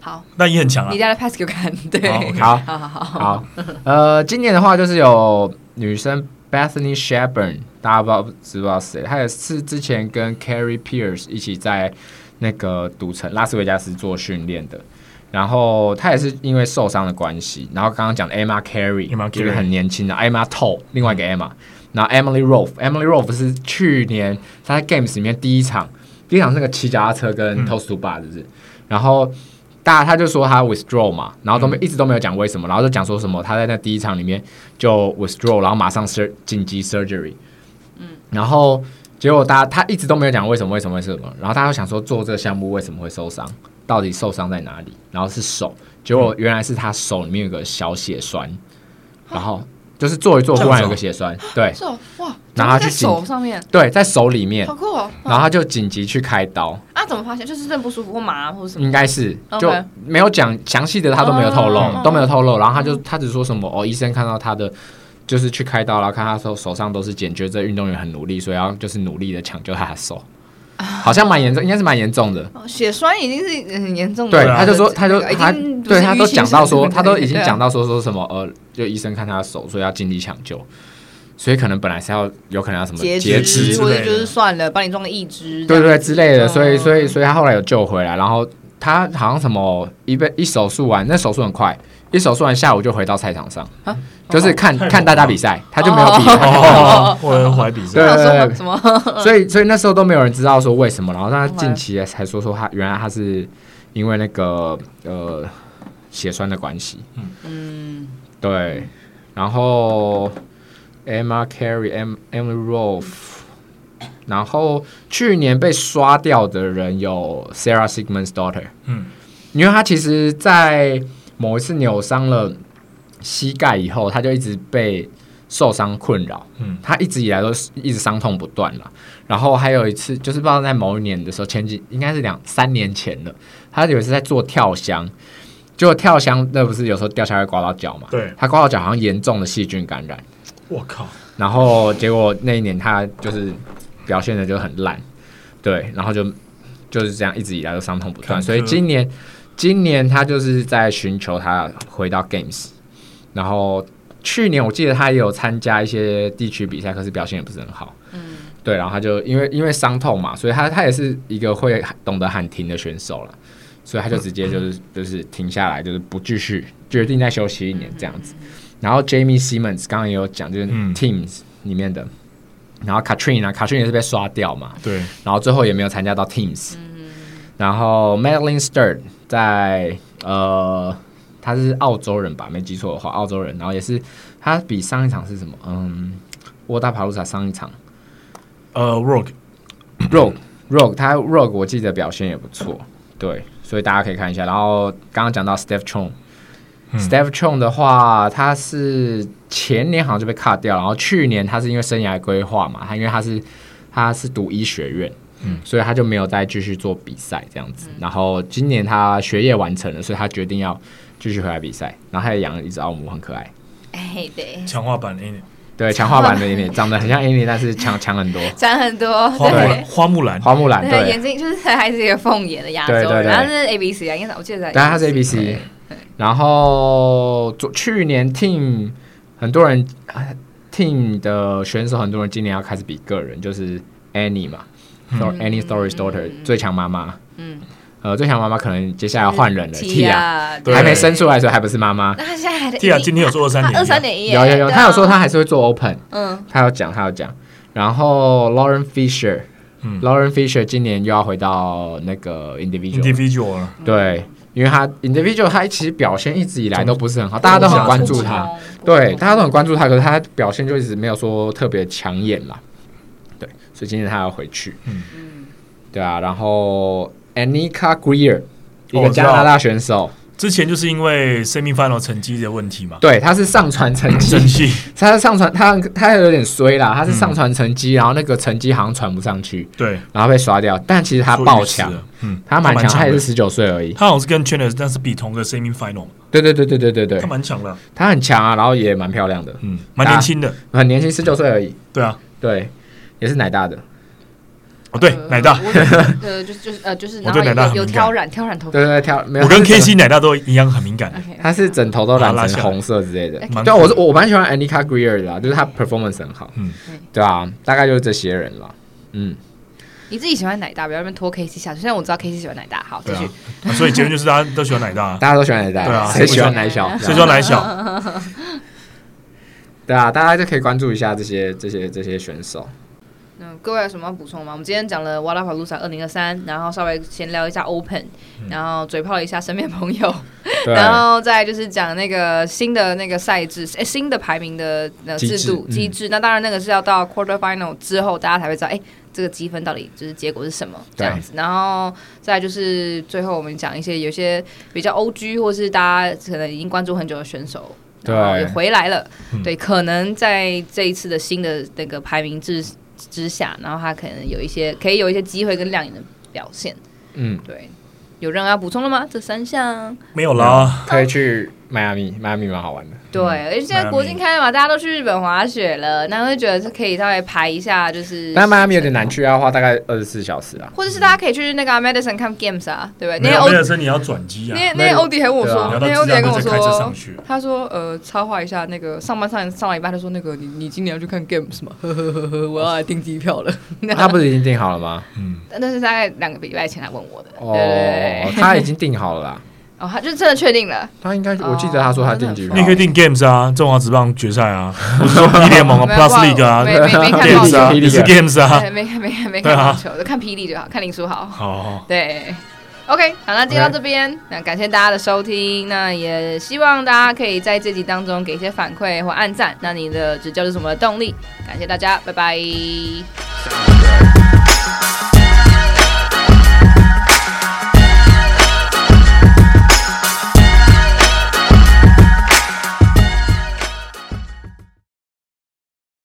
好，
但也很强啊
你。家的 pass 给我看，对，
好，OK
好
好好好， [laughs]
好，呃，今年的话就是有女生 Bethany Shepard，大家不知道知不知道谁？她也是之前跟 Carrie Pierce 一起在那个赌城拉斯维加斯做训练的。然后她也是因为受伤的关系，然后刚刚讲的 Emma
Emma
Carey，
Carey 嗯
就是很年轻的 Emma Toe，另外一个 Emma，然后 Emily Rolfe，Emily Rolfe 是去年她在 Games 里面第一场，第一场是那个骑脚踏车跟
嗯
Toast to Bar 是不是？然后大家他就说他 withdraw 嘛，然后都没、
嗯
一直都没有讲为什么，然后就讲说什么他在那第一场里面就 withdraw，然后马上 sur 紧急 surgery，嗯，然后结果大家他一直都没有讲为什么为什么为什么，然后大家就想说做这个项目为什么会受伤，到底受伤在哪里？然后是手，结果原来是他手里面有个小血栓，然后就是做一做
这样
忽
子
然有
哦
个血栓，对
是哦，哇，
然后他
在
去紧
手上面，
对，在手里面
好，酷哦。
然后他就紧急去开刀，
啊，怎么发现？就是真的不舒服或麻或者什么？
应该是
OK
就没有讲详细的，他都没有透露
哦，
都没有透露。然后他就他只说什么哦，医生看到他的就是去开刀，然后看他手手上都是茧，觉得这运动员很努力，所以要就是努力的抢救他的手，好像蛮严重，应该是蛮严重的。
血栓已经是很严重的
嗯对，
了，
啊
他就说，他就
哦已经
他
不是
对他
淤
都
青
讲
什
到
么
说，
之
他都
类
已
的
经
对啊
讲到说说什么呃，就医生看他的手，所以要尽力抢救，所以可能本来是要有可能要什么
截
截
肢
肢，
之
或
类
者
的
就是算了，帮你装个义肢，
对
这
对
样
对之类的，
嗯
所以所以所以他后来有救回来，然后他好像什么一被一手术完，那手术很快，一手术完下午就回到赛场上，就是看
太猛
看大家
了
比赛，他就没有比
[laughs]
了。
哦，我人怀比赛
啊
对，对
什
对
么什么
所以所以那时候都没有人知道说为什么，然后他近期才说说他原来他是因为那个呃血栓的关系，
嗯，
对，然后 Emma Carey、M Emily Rolfe，然后去年被刷掉的人有 Sarah Sigmund's daughter，
嗯，
因为他其实，在某一次扭伤了膝盖以后，他就一直被受伤困扰，
嗯，
他一直以来都是一直伤痛不断了。然后还有一次，就是不知道在某一年的时候，前几应该是两三年前了，他有一次在做跳箱，结果跳箱那不是有时候掉下来会刮到脚嘛，
对，
他刮到脚好像严重的细菌感染，
我靠，
然后结果那一年他就是表现的就很烂，对，然后就就是这样一直以来都伤痛不断，
坎坷
所以今年今年他就是在寻求他回到 Games，然后去年我记得他也有参加一些地区比赛，可是表现也不是很好，嗯，对，然后他就因为因为伤痛嘛，所以他他也是一个会懂得喊停的选手了。所以他就直接就是就是停下来，就是不继续，决定再休息一年这样子。然后 Jamie Simmons 刚刚也有讲，就是
嗯
Teams 里面的，然后 Katrina，Katrina 也是被刷掉嘛，
对，
然后最后也没有参加到 Teams。然后 Madeline Stern 在呃，他是澳洲人吧，没记错的话，澳洲人。然后也是他比上一场是什么？嗯，沃达帕鲁萨上一场
呃，Rock，
Rogue Rogue 他 Rogue 我记得表现也不错，对，所以大家可以看一下。然后刚刚讲到 Steph Chong。Steph Chong 的话，他是前年好像就被 cut 掉，然后去年他是因为生涯规划嘛，他因为他是他是读医学院，所以他就没有再继续做比赛这样子。然后今年他学业完成了，所以他决定要继续回来比赛。然后他也养了一只奥姆，很可爱，
哎对，
强化版哎 A，
对，强化版的 Amy 长得很像 Amy，但是强强很多。
讲很多，
哦
花木
对
兰，花木兰，
花木兰
对，
对，
眼睛就是还是一个凤眼的亚洲
对对
人，
对
然后是 A B C 啊，应该是我记得在，
但他是
哎
ABC。然后昨去年 Team 很多人啊 Team 的选手，很多人今年要开始比个人，就是 Annie 嘛、s o Annie Story's Daughter、最强妈妈。
嗯，
呃，最强妈妈可能接下来要换人了，Tia
啊，
对
还没生出来的时候还不是妈妈。
那他现在还得
蒂亚今天有做二三点一，
二三点一，
有有有，
对啊
他有说他还是会做 Open，
嗯，
他有讲他有讲。然后 Lauren Fisher，Lauren、
嗯
Fisher 今年又要回到那个 individual 了
individual 啊了
嗯对，因为他 individual 他其实表现一直以来都不是很
嗯
好，大家都很关注他，对，大家都很关注他，可是他表现就一直没有说特别抢眼啦。对，所以今天他要回去。
嗯
对啊，然后 Anika Greer 一
我
个
知
加
道
拿大选手，
之前就是因为 semifinal 成绩的问题嘛，
对，他是上传成
[laughs] 成
绩，
绩
他是上传他他有点衰
嗯
啦，他是上传成绩，然后那个成绩好像传不上去，
对，
然后被刷掉，但其实他
说
爆强
预期，了，嗯，
他蛮强，他也
的
是，十九岁而已。
他好像是跟 Chandler，但是比同个 semifinal，嘛
对对对对对对对
他，蛮强的，
他很强啊，然后也蛮漂亮的，
嗯，蛮年轻的，
很年轻，十九岁而已。
对啊，
对，也是奶大的。
哦对，
呃
奶大，
嗯我觉得呃，就是就是呃，就是
我
然
对
后
奶大很
有有
敏感
挑染挑染头发
对对，挑没有。
我跟
他是
K C 奶大都一样很敏感，
，OK，
他是整头都
把它
染
拉下
成
来
红色之类的。
蛮
对啊，我是我我蛮喜欢 Anika Greer 的啦，就是她 performance 很好。
嗯
对啊，大概就是这些人了。嗯，
你自己喜欢奶大，不要在那边拖 K C 下去。虽然我知道 K C 喜欢奶大，好，继
对啊
续。
啊所以结论就是大家都喜欢奶
[laughs]
大，
大家都喜欢奶大，
对啊
谁喜欢奶小？
所以说奶
嗯
小，
对啊，大家就可以关注一下这些这些这些选手。
嗯，各位有什么要补充吗？我们今天讲了瓦拉法鲁萨二零二三，然后稍微闲聊一下 Open，然
嗯
后嘴炮了一下身边朋友，
对，啊
然后再就是讲那个新的那个赛制，哎，新的排名的呃
机
制
制
度
嗯
机制。那当然，那个是要到 quarter final 之后，大家才会知道，哎，这个积分到底就是结果是什么这
对
样子。然后再就是最后我们讲一些有些比较 O G 或是大家可能已经关注很久的选手，
对
然后也回来了。
嗯
对，可能在这一次的新的那个排名制之下，然后他可能有一些可以有一些机会跟亮眼的表现。
嗯，
对，有任何要补充的吗？这三项。
没有啦，
可以去迈阿密，迈阿密蛮好玩的。
对，而且现在国境开了嘛，大家都去日本滑雪了，那会觉得是可以稍微排一下，就是。
但迈阿密有点难去，要啊花大概二十四小时啊。
或者是大家可以去那个、啊、Madison 看 Games 啊，对不对？那
没
天
有
欧
没有，是你要转机啊
那。天那天欧弟还问我
对啊
说，
你
那天欧
要到芝
弟还跟
加哥
我
再开车
说，
上去，
他说呃，插话一下那个上班上上到一半，他说那个你你今年要去看 Games 吗？ [laughs] 呵呵呵呵，我要来订机票了。
他不是已经订好了 [laughs] 吗？
嗯，
但那是大概两个礼拜前来啊问我的，对
哦
对对，对，
他已经订好了啦。
哦，他就真的确定了，
他应该，我记得他说他订机票。
你也可以订 Games 啊，中华职棒决
[laughs]
赛啊，或者说一联盟啊
没有
，Plus League 啊
没没没看到
[laughs] ，Games 啊，
霹雳
也是
啊
Games 啊，
对没看没看没
对
看
啊
棒球，就看霹雳就好，看林书豪。
好，
对，OK，好，那今天到这边，那感谢大家的收听，那也希望大家可以在这集当中给一些反馈或按赞，那你的指教是什么动力？感谢大家，拜拜。